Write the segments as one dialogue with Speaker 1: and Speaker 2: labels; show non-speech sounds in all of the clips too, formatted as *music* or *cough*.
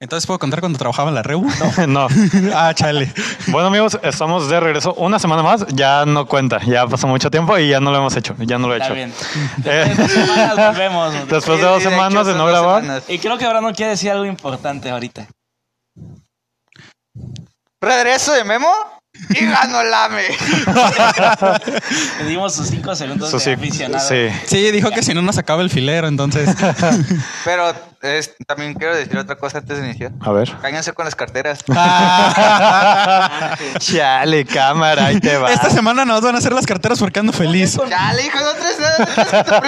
Speaker 1: Entonces puedo contar cuando trabajaba en la Rebu.
Speaker 2: *laughs* No.
Speaker 1: *laughs* ah, chale.
Speaker 2: Bueno, amigos, estamos de regreso una semana más. Ya no cuenta. Ya pasó mucho tiempo y ya no lo hemos hecho. Ya no lo he
Speaker 3: Está
Speaker 2: hecho.
Speaker 3: *laughs* bien.
Speaker 2: Eh,
Speaker 3: Después de dos semanas volvemos.
Speaker 2: Después de dos
Speaker 4: Sí, de hecho,
Speaker 2: semanas de
Speaker 4: son
Speaker 2: no
Speaker 4: dos
Speaker 2: grabar.
Speaker 4: semanas.
Speaker 3: Y creo que ahora no quiere decir algo importante ahorita.
Speaker 4: Regreso de
Speaker 1: *laughs*
Speaker 4: Memo y ganó Lame.
Speaker 3: Le dimos sus cinco segundos
Speaker 2: Eso
Speaker 3: de
Speaker 2: sí,
Speaker 3: aficionado.
Speaker 2: sí.
Speaker 1: Sí, dijo que si no nos acaba el filero, entonces.
Speaker 4: Pero es- también quiero decir otra cosa antes de iniciar.
Speaker 2: A
Speaker 3: *laughs*
Speaker 2: ver.
Speaker 4: Cáñense con las carteras.
Speaker 2: Ah,
Speaker 1: Ah,
Speaker 2: Chale, cámara, ahí te va.
Speaker 1: Esta semana nos van a hacer las carteras porque ando feliz.
Speaker 4: Ya le dijo no tres tres que te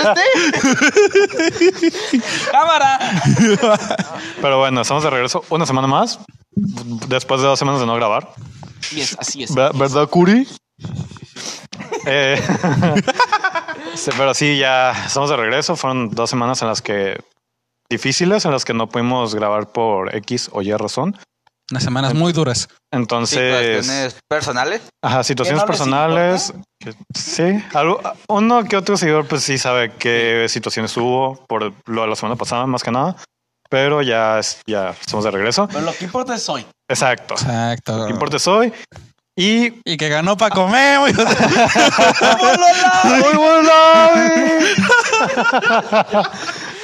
Speaker 4: presté.
Speaker 3: ¡Cámara!
Speaker 2: Pero bueno, estamos de regreso una semana más. Después de dos semanas de no grabar.
Speaker 3: Así es, así es.
Speaker 2: Ver- ¿Verdad, Curi? Eh, *laughs* sí, pero sí, ya estamos de regreso. Fueron dos semanas en las que difíciles, en las que no pudimos grabar por X o Y razón.
Speaker 1: Unas semanas muy duras.
Speaker 2: Entonces,
Speaker 4: Situaciones personales.
Speaker 2: ajá, situaciones
Speaker 3: ¿Que no les
Speaker 2: personales. que- sí, algo- uno que otro seguidor, pues sí sabe qué situaciones hubo por lo de la semana pasada, más que nada. Pero ya, es- ya estamos de regreso.
Speaker 3: Pero lo que importa es
Speaker 2: *laughs*
Speaker 3: hoy.
Speaker 2: Exacto.
Speaker 1: Exacto.
Speaker 2: ¿Qué importa es hoy? Y
Speaker 1: Y que ganó para comer. güey.
Speaker 2: *laughs* Muy buen lobby.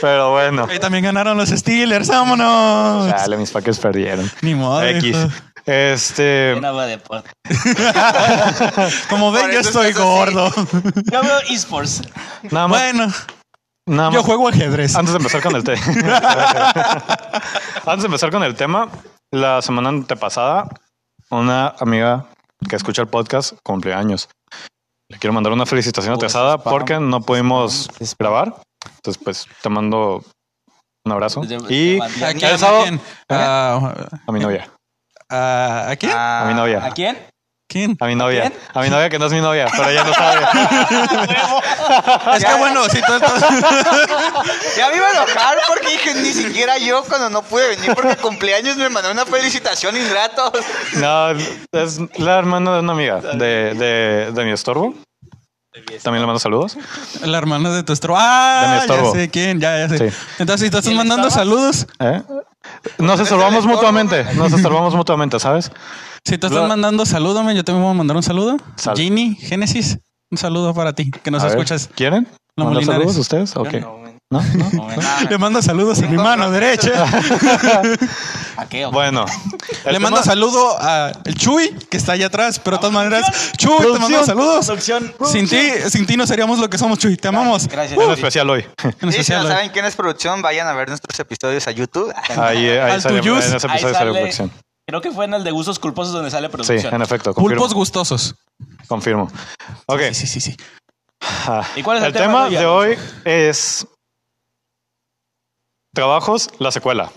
Speaker 2: Pero bueno.
Speaker 1: Ahí también ganaron los Steelers. Vámonos.
Speaker 2: Dale, mis paques perdieron.
Speaker 1: Ni modo.
Speaker 2: X.
Speaker 1: hijo.
Speaker 2: Este.
Speaker 3: En agua de deporte.
Speaker 1: Como ven,
Speaker 4: Por
Speaker 1: yo
Speaker 4: eso
Speaker 1: estoy
Speaker 4: estás así.
Speaker 1: gordo.
Speaker 3: Yo veo esports.
Speaker 2: Nada más.
Speaker 1: Bueno,
Speaker 2: nada
Speaker 1: yo
Speaker 2: más.
Speaker 1: juego ajedrez.
Speaker 2: *laughs* Antes de empezar con el tema. Antes de empezar con el tema, la semana antepasada, una amiga que escucha el podcast cumplió años. Le quiero mandar una felicitación atrasada porque no pudimos grabar. Entonces, pues, te mando un abrazo. Y
Speaker 1: ¿A
Speaker 3: ¿A
Speaker 1: quién?
Speaker 2: el
Speaker 3: quién?
Speaker 2: sábado-
Speaker 1: ¿A quién? Ah,
Speaker 2: a mi novia.
Speaker 1: ah, ¿A quién?
Speaker 2: A mi novia.
Speaker 3: ¿A quién?
Speaker 1: ¿Quién?
Speaker 2: A mi novia.
Speaker 3: quién?
Speaker 2: A mi novia que no es mi novia, pero ella no sabe.
Speaker 4: Ah,
Speaker 1: Es que bueno, si tú estás...
Speaker 4: Ya me iba a enojar porque dije ni siquiera yo cuando no pude
Speaker 2: *laughs*
Speaker 4: venir porque cumpleaños me mandó una felicitación ingrato.
Speaker 2: No, es la hermana de una amiga de, de, de mi estorbo. También le mando saludos.
Speaker 1: La hermana de tu estorbo. Ah,
Speaker 2: De mi
Speaker 1: ya
Speaker 2: estorbo.
Speaker 1: sé quién, ya, ya sé.
Speaker 2: Sí.
Speaker 1: Entonces, si tú estás
Speaker 3: ¿Y el
Speaker 1: mandando
Speaker 3: estorbo?
Speaker 1: saludos,
Speaker 2: ¿eh? Nos estorbamos mutuamente.
Speaker 1: *laughs*
Speaker 2: Nos estorbamos mutuamente, ¿sabes?
Speaker 1: si tú estás
Speaker 2: Lo-
Speaker 1: mandando salúdame, yo también voy a mandar un saludo.
Speaker 2: Sal-
Speaker 1: Ginny, Génesis, un saludo para ti, que nos
Speaker 2: A ver,
Speaker 1: escuchas.
Speaker 2: ¿Quieren?
Speaker 1: No,
Speaker 2: ¿Mandar
Speaker 1: Molinares.
Speaker 2: saludos ustedes? Ok.
Speaker 3: No, güey.
Speaker 2: ¿No? ¿No?
Speaker 3: No, güey, nada.
Speaker 1: Le mando saludos a mi mano
Speaker 2: *laughs*
Speaker 1: derecha.
Speaker 3: ¿A qué? o qué?
Speaker 2: Bueno.
Speaker 1: *laughs*
Speaker 2: el
Speaker 1: Le mando
Speaker 2: tema-
Speaker 1: saludo a el Chuy, que está allá atrás, pero de todas maneras, Chuy, te mando
Speaker 2: Producción.
Speaker 1: saludos.
Speaker 3: Producción.
Speaker 1: Sin ti, sin ti no seríamos lo que somos, Chuy. Te amamos.
Speaker 3: Gracias.
Speaker 2: En
Speaker 3: Chuy.
Speaker 2: especial hoy.
Speaker 1: En
Speaker 4: Y si
Speaker 1: especial
Speaker 4: no
Speaker 1: hoy.
Speaker 4: saben quién es producción, vayan a ver nuestros episodios a YouTube.
Speaker 2: Ahí, ahí
Speaker 1: Al
Speaker 2: sale, en
Speaker 1: tuyus.
Speaker 2: ese
Speaker 3: Ahí
Speaker 2: episodio sale
Speaker 3: sale-
Speaker 2: producción.
Speaker 3: Creo que fue en el de gustos culposos donde sale
Speaker 2: Sí,
Speaker 3: producción.
Speaker 2: en efecto. Confirmo.
Speaker 1: Pulpos gustosos.
Speaker 2: confirmo. Ok.
Speaker 1: Sí, sí, sí. sí.
Speaker 2: Ah,
Speaker 3: ¿Y cuál es el
Speaker 2: el
Speaker 3: tema
Speaker 2: tema
Speaker 3: de hoy,
Speaker 2: de hoy es trabajos, la secuela.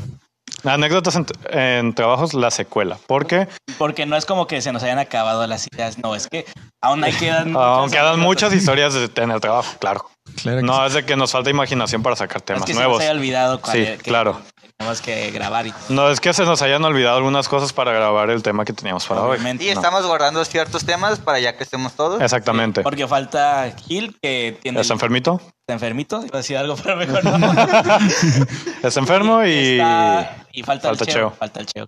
Speaker 2: Anécdotas en, en trabajos, la secuela. Porque
Speaker 3: Porque no es como que se nos hayan acabado las ideas. No, es que aún
Speaker 2: *laughs*
Speaker 3: hay quedan.
Speaker 2: ah, aunque quedan muchas historias de- en el trabajo, claro.
Speaker 1: Claro que
Speaker 2: No es de que nos falta imaginación para sacar
Speaker 3: Es
Speaker 2: temas
Speaker 3: que se nos
Speaker 2: nuevos.
Speaker 3: haya olvidado cuál
Speaker 2: Sí,
Speaker 3: era- que
Speaker 2: claro.
Speaker 3: Tenemos que grabar y
Speaker 2: No es que se nos hayan olvidado algunas cosas para grabar el tema que teníamos para
Speaker 3: obviamente.
Speaker 4: Y estamos guardando ciertos temas para ya que estemos todos.
Speaker 2: hoy. Exactamente.
Speaker 3: Porque falta Gil, que tiene
Speaker 2: Está enfermito,
Speaker 3: está enfermito. Iba a decir algo, *laughs* pero mejor no.
Speaker 2: está enfermo y
Speaker 3: está- y falta,
Speaker 2: falta
Speaker 3: el cheo,
Speaker 2: Cheo.
Speaker 3: Falta el cheo.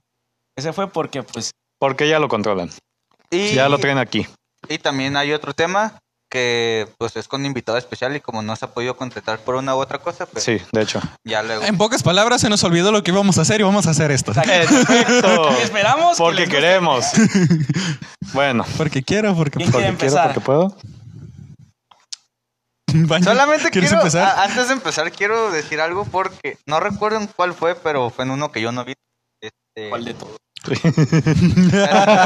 Speaker 3: Ese fue porque,
Speaker 4: *laughs*
Speaker 3: pues,
Speaker 2: porque ya lo controlan.
Speaker 4: Y,
Speaker 2: Ya lo tienen aquí.
Speaker 4: y también hay otro tema que pues es con invitado especial y como no se ha podido contratar por una u otra cosa, pues
Speaker 2: Sí, de
Speaker 3: *laughs*
Speaker 2: hecho.
Speaker 4: ya luego.
Speaker 1: *laughs* En pocas palabras, se nos olvidó lo que íbamos a hacer y vamos a hacer esto.
Speaker 3: *laughs*
Speaker 2: Perfecto.
Speaker 3: esperamos. que
Speaker 2: Porque
Speaker 3: les guste. *laughs*
Speaker 2: queremos. Bueno,
Speaker 1: Porque quiero, porque
Speaker 3: ¿Quién quiere
Speaker 2: porque quiero,
Speaker 3: empezar?
Speaker 2: porque puedo.
Speaker 1: *laughs* Vaya,
Speaker 4: Solamente
Speaker 1: ¿quieres
Speaker 4: quiero,
Speaker 1: empezar?
Speaker 4: a- antes de empezar, quiero decir algo porque no recuerdo en cuál fue, pero fue en uno que yo no vi. Este, *laughs*
Speaker 3: ¿Cuál de todos?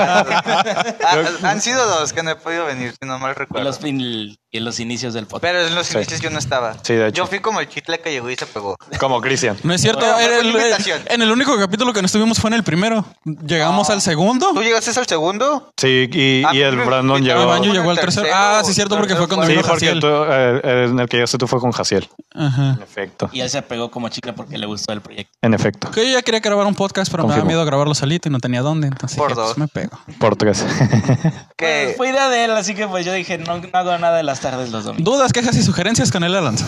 Speaker 4: Ah, han sido dos que no he podido venir, si no mal
Speaker 3: En
Speaker 4: recuerdo.
Speaker 3: los, in- en los inicios del podcast.
Speaker 4: Pero en los inicios yo no estaba.
Speaker 2: Sí, de hecho.
Speaker 4: Yo fui como el chicle que llegó y se pegó.
Speaker 2: Como Cristian.
Speaker 1: No es cierto,
Speaker 4: Bueno, fue
Speaker 1: era
Speaker 4: una
Speaker 1: el-
Speaker 4: invitación.
Speaker 1: en el único capítulo que no estuvimos fue en el primero. Llegamos al segundo.
Speaker 4: ¿Tú llegaste al segundo?
Speaker 2: Sí, y,
Speaker 4: Ah,
Speaker 2: y el
Speaker 4: me
Speaker 2: Brandon
Speaker 4: invitaron
Speaker 1: El
Speaker 2: llegó.
Speaker 4: a
Speaker 1: baño llegó al tercero. Ah, sí, cierto, porque fue cuando
Speaker 2: Sí,
Speaker 1: vino
Speaker 4: tercero.
Speaker 1: Jaciel.
Speaker 2: porque tú, eh, eh, en el que llegaste tú fue con Jaciel.
Speaker 1: Ajá.
Speaker 2: En efecto.
Speaker 3: Y él se pegó como chicle porque le gustó el proyecto.
Speaker 2: En efecto.
Speaker 1: Que yo ya quería grabar un podcast, pero me
Speaker 2: Confirmo.
Speaker 1: daba miedo grabarlo solito y no tenía dónde. Entonces,
Speaker 4: Por
Speaker 1: dije, pues,
Speaker 4: dos.
Speaker 1: me pego.
Speaker 2: Por tres. *laughs*
Speaker 4: Que
Speaker 3: Pues, fue idea de él, así que pues yo dije, no, no hago nada de las tardes los domingos.
Speaker 1: Dudas, quejas y sugerencias con el Alanzo.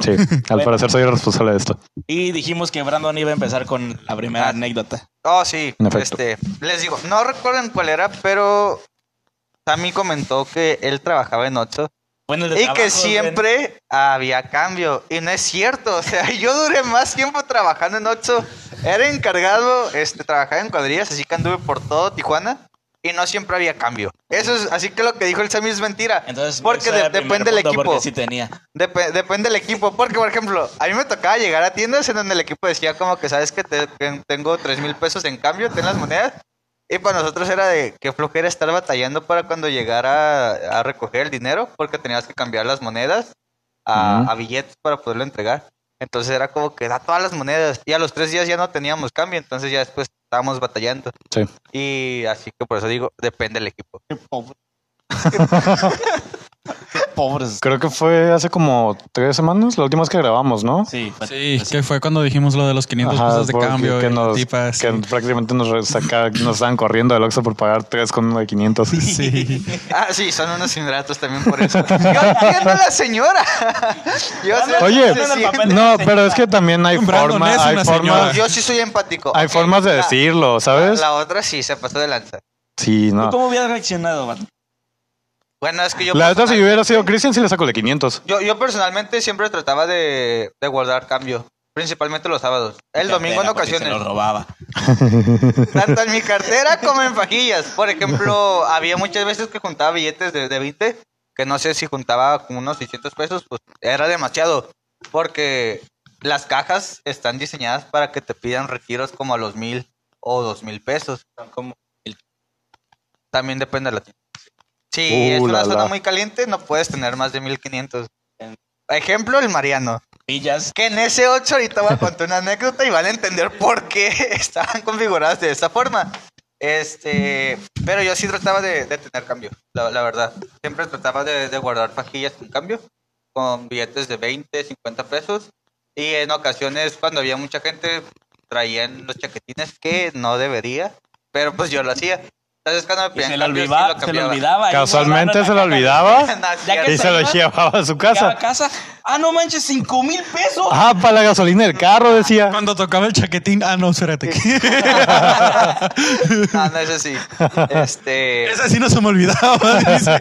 Speaker 2: Sí, al parecer soy el responsable de esto.
Speaker 3: Y dijimos que Brandon iba a empezar con la primera anécdota.
Speaker 4: Oh, sí.
Speaker 2: En efecto.
Speaker 4: Este, les digo, no recuerden cuál era, pero Sammy comentó que él trabajaba en Ocho
Speaker 3: Fue en el de
Speaker 4: y
Speaker 3: trabajo,
Speaker 4: que
Speaker 3: güey.
Speaker 4: siempre había cambio. Y no es cierto. O sea, *laughs* yo duré más tiempo trabajando en Ocho. Era encargado, este, trabajaba en cuadrillas, así que anduve por todo Tijuana. Y no siempre había cambio. Eso es, así que lo que dijo el Sammy es mentira.
Speaker 3: Entonces,
Speaker 4: porque
Speaker 3: ese
Speaker 4: de-
Speaker 3: era el primer
Speaker 4: depende del
Speaker 3: punto,
Speaker 4: equipo.
Speaker 3: Porque sí tenía.
Speaker 4: Dep- depende del equipo, porque por ejemplo, a mí me tocaba llegar a tiendas en donde el equipo decía como que sabes que te- que tengo tres mil pesos en cambio, ten las monedas. Y para nosotros era de que flojera estar batallando para cuando llegara a recoger el dinero, porque tenías que cambiar las monedas a,
Speaker 2: Ujú.
Speaker 4: a billetes para poderlo entregar. Entonces era como que da todas las monedas. Y a los tres días ya no teníamos cambio, entonces ya después estábamos batallando.
Speaker 2: Sí.
Speaker 4: Y así que por eso digo, depende del equipo.
Speaker 5: Qué pobre. Qué pobres.
Speaker 2: Creo que fue hace como tres semanas, la última vez que grabamos, ¿no?
Speaker 3: Sí, fue-
Speaker 1: Sí, que fue cuando dijimos lo de los 500
Speaker 2: pues Ajá,
Speaker 1: pesos de
Speaker 2: porque-
Speaker 1: cambio.
Speaker 2: que,
Speaker 1: y la
Speaker 2: nos,
Speaker 1: tipa, sí.
Speaker 2: que prácticamente nos, re- saca- nos estaban corriendo del Oxxo por pagar tres con uno de
Speaker 1: *laughs*
Speaker 2: 500.
Speaker 1: Sí.
Speaker 4: Ah, sí, son unos ingratos también por eso. Yo entiendo a la señora. Yo sé lo que
Speaker 2: Oye,
Speaker 4: se siente.
Speaker 2: no, pero es que también hay
Speaker 1: Brandon
Speaker 2: formas,
Speaker 1: es
Speaker 2: hay
Speaker 1: una
Speaker 2: formas,
Speaker 1: señora.
Speaker 4: yo sí soy empático.
Speaker 2: hay
Speaker 4: Ok,
Speaker 2: formas de pues.
Speaker 4: la-
Speaker 2: decirlo, ¿sabes?
Speaker 4: La otra sí se pasó de lanza.
Speaker 2: Sí,
Speaker 3: ¿Tú
Speaker 2: no.
Speaker 3: cómo hubieras reaccionado, vato?
Speaker 4: Bueno, es que yo.
Speaker 2: La neta, si
Speaker 4: personal-
Speaker 2: hubiera sido Christian, sí le saco de 500.
Speaker 4: yo, yo personalmente siempre trataba de, de guardar cambio. Principalmente los sábados. El
Speaker 3: Qué
Speaker 4: domingo en
Speaker 3: pena, porque Se
Speaker 4: ocasiones.
Speaker 3: lo robaba.
Speaker 4: Tanto en mi cartera como en fajillas. Por ejemplo, había muchas veces que juntaba billetes de, de 20, que no sé si juntaba como unos 600 pesos, pues era demasiado. Porque las cajas están diseñadas para que te pidan retiros como a los mil o dos mil pesos. Son como mil. También depende de la tienda. Si
Speaker 2: Uh,
Speaker 4: es una
Speaker 2: la,
Speaker 4: zona
Speaker 2: la.
Speaker 4: muy caliente, no puedes tener más de 1500. Ejemplo, el Mariano.
Speaker 3: Villas.
Speaker 4: Que en ese 8 ahorita voy a contar una anécdota y van a entender por qué *laughs* estaban configuradas de esta forma. Este, pero yo sí trataba de, de tener cambio, la, la verdad. Siempre trataba de, de guardar pajillas con cambio, con billetes de 20, 50 pesos. Y en ocasiones, cuando había mucha gente, traían los chaquetines que no debería, pero pues yo lo hacía. Entonces, cuando me
Speaker 3: Y
Speaker 4: pedían
Speaker 3: se lo
Speaker 4: cambio, sí
Speaker 3: olvidaba. Se lo
Speaker 4: cambiaba.
Speaker 3: olvidaba.
Speaker 2: Casualmente se lo
Speaker 4: *laughs* No,
Speaker 2: olvidaba
Speaker 4: es
Speaker 3: Ya
Speaker 4: cierto.
Speaker 2: y se lo llevaba a su
Speaker 3: Casa.
Speaker 2: casa.
Speaker 3: casa. Ah, no manches, cinco mil pesos.
Speaker 2: Ah, para la gasolina del carro, decía.
Speaker 1: Cuando tocaba el chaquetín, ah, no, espérate.
Speaker 4: No, no es así.
Speaker 3: *laughs*
Speaker 1: *laughs*
Speaker 4: Este...
Speaker 1: Ese sí no se me olvidaba. *laughs* dice.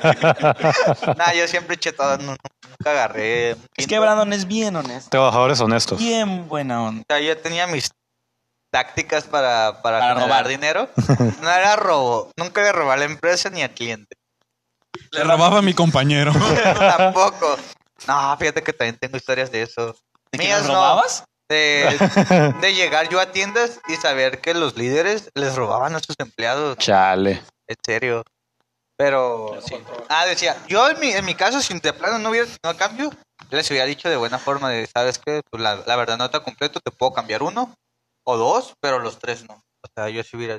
Speaker 4: *laughs* Nah, yo siempre he chetado, nu- nunca agarré. un
Speaker 3: Es que
Speaker 4: quinto.
Speaker 3: Brandon es bien honesto.
Speaker 2: Trabajadores honestos.
Speaker 3: Bien buena onda.
Speaker 4: O sea, yo tenía mis tácticas para, para,
Speaker 3: Para
Speaker 4: generar
Speaker 3: robar. *laughs*
Speaker 4: dinero. No era robo. Nunca le robaba a la empresa ni al cliente. *laughs*
Speaker 1: Le robaba a mi compañero.
Speaker 4: Tampoco. No, fíjate que también tengo historias de eso.
Speaker 3: ¿De que
Speaker 4: Mías
Speaker 3: nos
Speaker 4: no.
Speaker 3: robabas? *laughs*
Speaker 4: De, de llegar yo a tiendas y saber que los líderes les robaban a sus empleados.
Speaker 2: Chale.
Speaker 4: En serio. Pero, sí. Ah, decía, yo en mi, en mi caso, si de plano no hubiera tenido cambio, les hubiera dicho de buena forma de, sabes que la, la verdad no te completo, te puedo cambiar uno o dos, pero los tres no. O sea, yo si hubiera...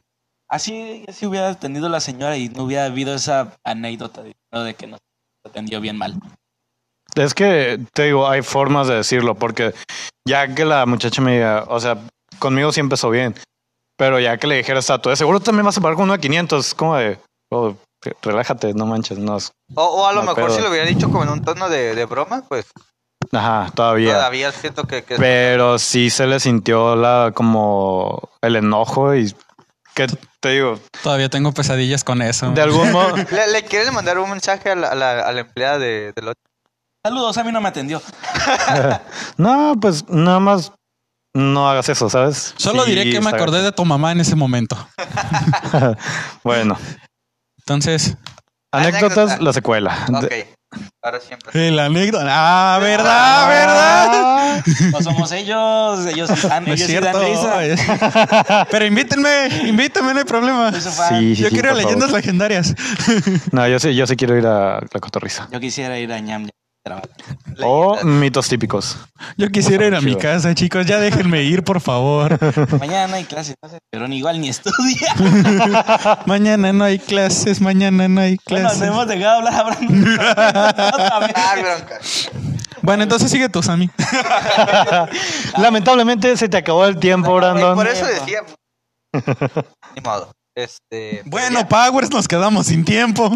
Speaker 3: Así, así hubiera atendido la señora y no hubiera habido esa anécdota de, ¿no? de que nos atendió bien mal.
Speaker 2: Es que te digo, hay formas de decirlo, porque ya que la muchacha me diga, o sea, conmigo sí empezó bien, pero ya que le dijera a tú de seguro también vas a pagar con uno de 500, como de, oh, re- relájate, no manches, no. es-
Speaker 4: O, o a lo
Speaker 2: No,
Speaker 4: mejor
Speaker 2: pero-
Speaker 4: si lo hubiera dicho como en un tono de, de broma, pues
Speaker 2: Ajá, todavía.
Speaker 4: todavía siento que... que-
Speaker 2: Pero sí se le sintió la, como el enojo y que te digo,
Speaker 1: Todavía tengo pesadillas con eso.
Speaker 2: de
Speaker 1: *laughs*
Speaker 2: algún modo.
Speaker 4: ¿Le, le quieren mandar un mensaje a la, a la- a la empleada de, del otro?
Speaker 3: Saludos, a mí no me atendió.
Speaker 2: No, pues nada más no hagas eso, ¿sabes?
Speaker 1: Solo
Speaker 2: Sí,
Speaker 1: diré que me
Speaker 2: está-
Speaker 1: acordé de tu mamá en ese momento.
Speaker 2: Bueno,
Speaker 1: Entonces,
Speaker 2: anécdotas,
Speaker 4: Anécdota.
Speaker 2: la secuela. De-
Speaker 4: Ok, ahora siempre.
Speaker 1: el anécdota. Ah, verdad, verdad.
Speaker 2: Ah. *laughs*
Speaker 3: No somos ellos, ellos sí dan,
Speaker 1: No es
Speaker 3: ellos sí dan
Speaker 1: cierto.
Speaker 3: risa.
Speaker 1: *laughs* Pero invítenme, invítenme, no hay problema.
Speaker 3: Yo soy fan.
Speaker 2: Sí, sí,
Speaker 1: Yo
Speaker 2: sí,
Speaker 1: quiero
Speaker 2: por favor.
Speaker 1: leyendas legendarias.
Speaker 2: No, yo sí, yo sí quiero ir a la cotorriza.
Speaker 3: Yo quisiera ir a ñam Ñam trabajar.
Speaker 2: O mitos *laughs* típicos.
Speaker 1: Yo quisiera ir a mi
Speaker 2: Chido.
Speaker 1: casa, chicos. Ya déjenme ir, por favor.
Speaker 3: Mañana hay clases, no sé, pero ni igual ni *laughs* estudia.
Speaker 1: Mañana no hay clases, mañana no hay
Speaker 3: Bueno, nos
Speaker 1: clases. Bueno,
Speaker 3: hemos dejado hablar a Brandon. Otra vez.
Speaker 4: Ah,
Speaker 2: *laughs*
Speaker 4: bronca.
Speaker 1: entonces sigue tú, Sammy.
Speaker 2: Lamentablemente se te acabó el tiempo,
Speaker 4: Eh,
Speaker 2: Brandon.
Speaker 4: por
Speaker 2: *laughs*
Speaker 4: eso decía... Ni modo. Este,
Speaker 1: Bueno, Powers, nos quedamos sin tiempo.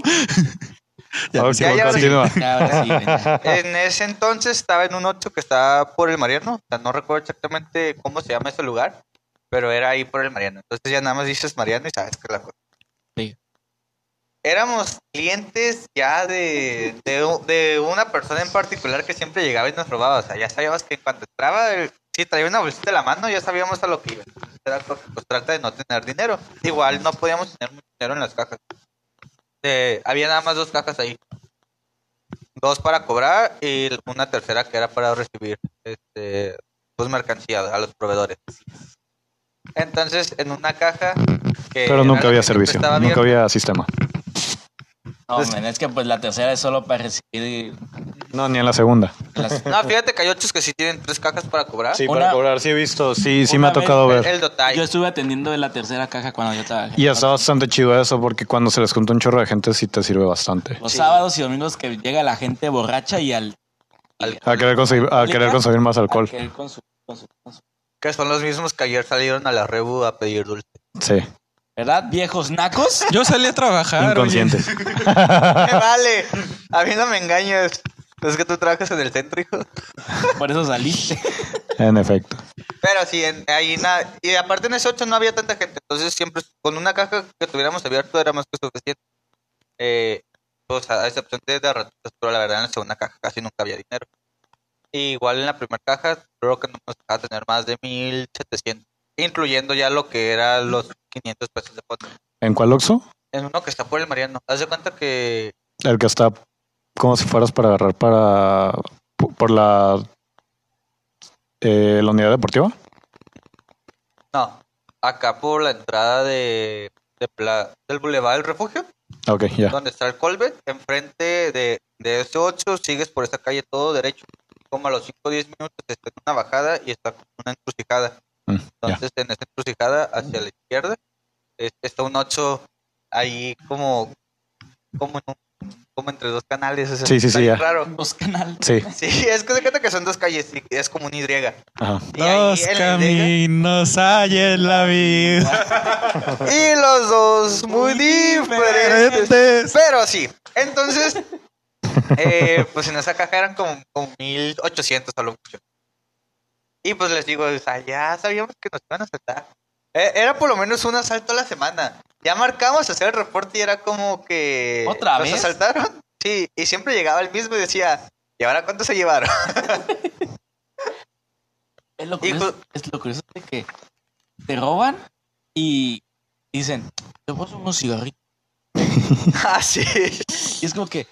Speaker 5: Ya,
Speaker 2: Ok,
Speaker 5: sí.
Speaker 4: ya, ya, ahora sí.
Speaker 2: continúa.
Speaker 3: Ya, ahora sí, güey, ya.
Speaker 4: En ese entonces estaba en un 8 que estaba por el Mariano. O sea, no recuerdo exactamente cómo se llama ese lugar, pero era ahí por el Mariano. Entonces ya nada más dices Mariano y sabes que es la cosa.
Speaker 3: Sí.
Speaker 4: Éramos clientes ya de, de, u- de una persona en particular que siempre llegaba y nos robaba. O sea, ya sabíamos que cuando entraba, el- si traía una bolsita en la mano, ya sabíamos a lo que iba. Era co- pues, trata de no tener dinero. Igual no podíamos tener mucho dinero en las cajas. Eh, había nada más dos cajas ahí dos para cobrar y una tercera que era para recibir este pues mercancía a los proveedores. Entonces, en una caja que
Speaker 2: Pero
Speaker 4: era la
Speaker 2: nunca había
Speaker 4: que siempre
Speaker 2: servicio,
Speaker 4: estaba
Speaker 2: nunca
Speaker 4: abierta,
Speaker 2: había sistema.
Speaker 3: No, men, es que pues la tercera es solo para recibir
Speaker 2: No, ni en la segunda.
Speaker 3: las...
Speaker 4: No, fíjate que hay otros que sí tienen tres cajas para cobrar.
Speaker 2: Sí,
Speaker 3: para Una-
Speaker 2: para cobrar, sí he visto, sí, sí me
Speaker 3: una
Speaker 2: ha
Speaker 3: vez-
Speaker 2: tocado
Speaker 4: El,
Speaker 2: ver.
Speaker 4: el Dotay.
Speaker 3: Yo estuve atendiendo de la tercera caja cuando yo trabajé.
Speaker 2: Y está bastante chido eso, porque cuando se les junta un chorro de gente, sí te sirve bastante.
Speaker 3: Los sábados y domingos que llega la gente borracha y al...
Speaker 4: Al-
Speaker 2: A querer conseguir, a querer consumir más alcohol.
Speaker 3: a querer consumir, consumir, consumir.
Speaker 4: Que son los mismos que ayer salieron a la Rebu a pedir dulce. *laughs*
Speaker 2: Sí,
Speaker 3: ¿Verdad, viejos *laughs* nacos?
Speaker 5: Yo salí a trabajar. oye.
Speaker 2: inconscientes.
Speaker 4: ¡Me vale! A mí no me engañes. Es que tú trabajas en el centro, hijo.
Speaker 3: Por eso salí.
Speaker 2: En efecto.
Speaker 4: Pero sí, en- ahí nada. Y aparte en ese 8 no había tanta gente. Entonces siempre con una caja que tuviéramos abierto era más que suficiente. Eh, pues a a excepción de, de ratitos, pero la verdad en la segunda caja casi nunca había dinero. Y igual en la primera caja creo que no nos a tener más de 1700. Incluyendo ya lo que eran los 500 pesos de foto.
Speaker 2: ¿En cuál Oxxo?
Speaker 4: En uno que está por el Mariano. Haz de cuenta que...
Speaker 2: El que está como si fueras para agarrar para... Por la... eh, la unidad deportiva.
Speaker 4: No, acá por la entrada de, de pla- del Boulevard del Refugio.
Speaker 2: Ah, Ok, ya.
Speaker 4: donde está el Colbert, enfrente de, de ese 8, sigues por esa calle todo derecho, como a los 5 o 10 minutos está en una bajada y está como una encrucijada.
Speaker 2: Mm, ya.
Speaker 4: Entonces, en esa encrucijada hacia la izquierda, es- está un 8 ahí como, como, en un- como entre dos canales. o sea,
Speaker 2: Sí, sí,
Speaker 4: está
Speaker 2: sí,
Speaker 4: bien
Speaker 2: ya.
Speaker 4: raro.
Speaker 3: Los canales.
Speaker 2: Sí.
Speaker 4: Sí, *laughs* es que se cuenta que son dos calles y es como una Y. Y
Speaker 2: Ajá.
Speaker 4: ahí
Speaker 5: Dos
Speaker 4: en la Y,
Speaker 5: caminos hay en la vida.
Speaker 4: y los dos muy diferentes.
Speaker 5: Diferentes.
Speaker 4: Pero sí, entonces, eh, pues en esa caja eran como, como 1800 a lo mucho. Y pues les digo, o sea, ya sabíamos que nos iban a asaltar. Eh, era por lo menos un asalto a la semana. Ya marcamos hacer el reporte y era como que.
Speaker 3: ¿Otra
Speaker 4: nos
Speaker 3: vez?
Speaker 4: asaltaron. Sí, y siempre llegaba el mismo y decía, ¿y ahora cuánto se llevaron? *laughs*
Speaker 3: Es lo,
Speaker 4: Y
Speaker 3: curioso, es lo curioso de que te roban y dicen, te puedo unos cigarritos.
Speaker 4: ah, sí.
Speaker 3: Y es como que,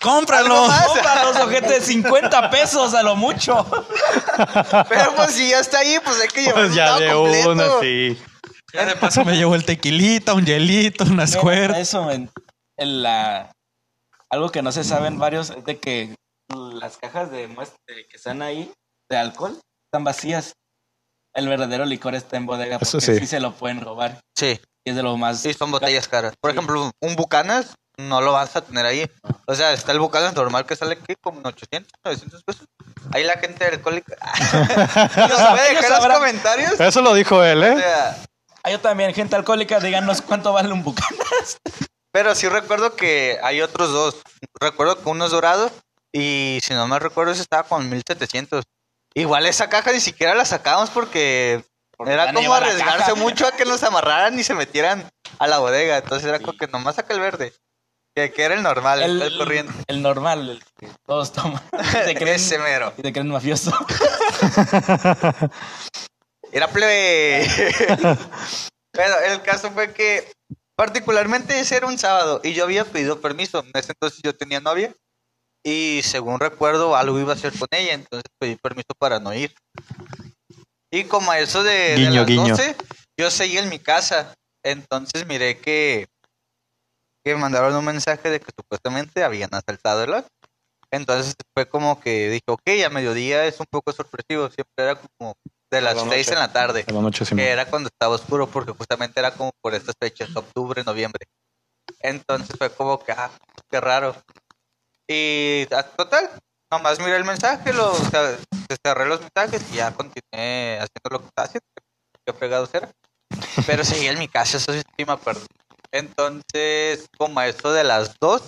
Speaker 5: ¡Cómpralo!
Speaker 3: compra los ojetes 50 pesos a lo mucho.
Speaker 4: Pero pues si ya está ahí, pues
Speaker 1: *laughs*
Speaker 4: hay que
Speaker 2: *laughs*
Speaker 4: llevarlo
Speaker 2: Pues ya de
Speaker 4: completo.
Speaker 2: una, sí.
Speaker 5: Ya de paso me llevo el tequilita, un hielito,
Speaker 2: *laughs*
Speaker 5: unas
Speaker 3: Mira,
Speaker 5: cuerdas.
Speaker 3: Eso, men. En la- algo que no se saben varios es de que las cajas de muestra que están ahí de alcohol están vacías. El verdadero licor está en bodega
Speaker 2: Eso
Speaker 3: porque
Speaker 2: sí.
Speaker 3: sí. se lo pueden robar.
Speaker 4: Sí.
Speaker 3: Y es de lo más...
Speaker 4: Sí, son botellas caras. Por ejemplo, un Bucanas no lo vas a tener ahí. O sea, está el Bucanas normal que sale aquí como en 800, 900 pesos. Ahí la
Speaker 3: *laughs*
Speaker 4: gente alcohólica. *laughs* ¿Nos puede
Speaker 3: Ellos
Speaker 4: dejar los
Speaker 3: sabrán.
Speaker 4: comentarios?
Speaker 2: Eso lo dijo él,
Speaker 4: O
Speaker 2: ¿eh?
Speaker 4: sea,
Speaker 3: Ah, yo también, gente alcohólica, díganos cuánto vale un bucanas.
Speaker 4: pero sí recuerdo que hay otros dos. Recuerdo que uno es dorado y si no me recuerdo ese estaba con 1700. Igual esa caja ni siquiera la sacamos porque era
Speaker 3: van a
Speaker 4: como
Speaker 3: llevar la
Speaker 4: arriesgarse
Speaker 3: caja.
Speaker 4: mucho a que nos amarraran y se metieran a la bodega. Entonces era como que nomás saca el verde. Que, que era el normal, el, el corriente.
Speaker 3: el normal, el que todos
Speaker 4: *laughs*
Speaker 3: toman. Te creen,
Speaker 4: Ese mero.
Speaker 3: y te creen mafioso. *laughs*
Speaker 2: *laughs*
Speaker 4: Era plebe. Bueno, el caso fue que particularmente ese era un sábado y yo había pedido permiso. En ese entonces yo tenía novia y según recuerdo algo iba a hacer con ella, entonces pedí permiso para no ir. Y como a eso de, de
Speaker 2: Guiño,
Speaker 4: las
Speaker 2: guiño.
Speaker 4: 12, yo seguí en mi casa. Entonces miré que, que me mandaron un mensaje de que supuestamente habían asaltado el lot. Entonces fue como que dije, ok, a mediodía es un poco sorpresivo, siempre era como de las
Speaker 2: la
Speaker 4: 6
Speaker 2: noche.
Speaker 4: en la tarde
Speaker 2: De la noche sí.
Speaker 4: que era cuando estaba oscuro, porque justamente era como por estas fechas, octubre, noviembre. Entonces fue como que, ah, qué raro. Y ah, total, nomás miré el mensaje, lo, o sea, cerré los mensajes y ya continué haciendo lo que estaba haciendo, qué fregados era. Pero seguí en mi casa, eso sí me acuerdo. Entonces, como a eso de las dos,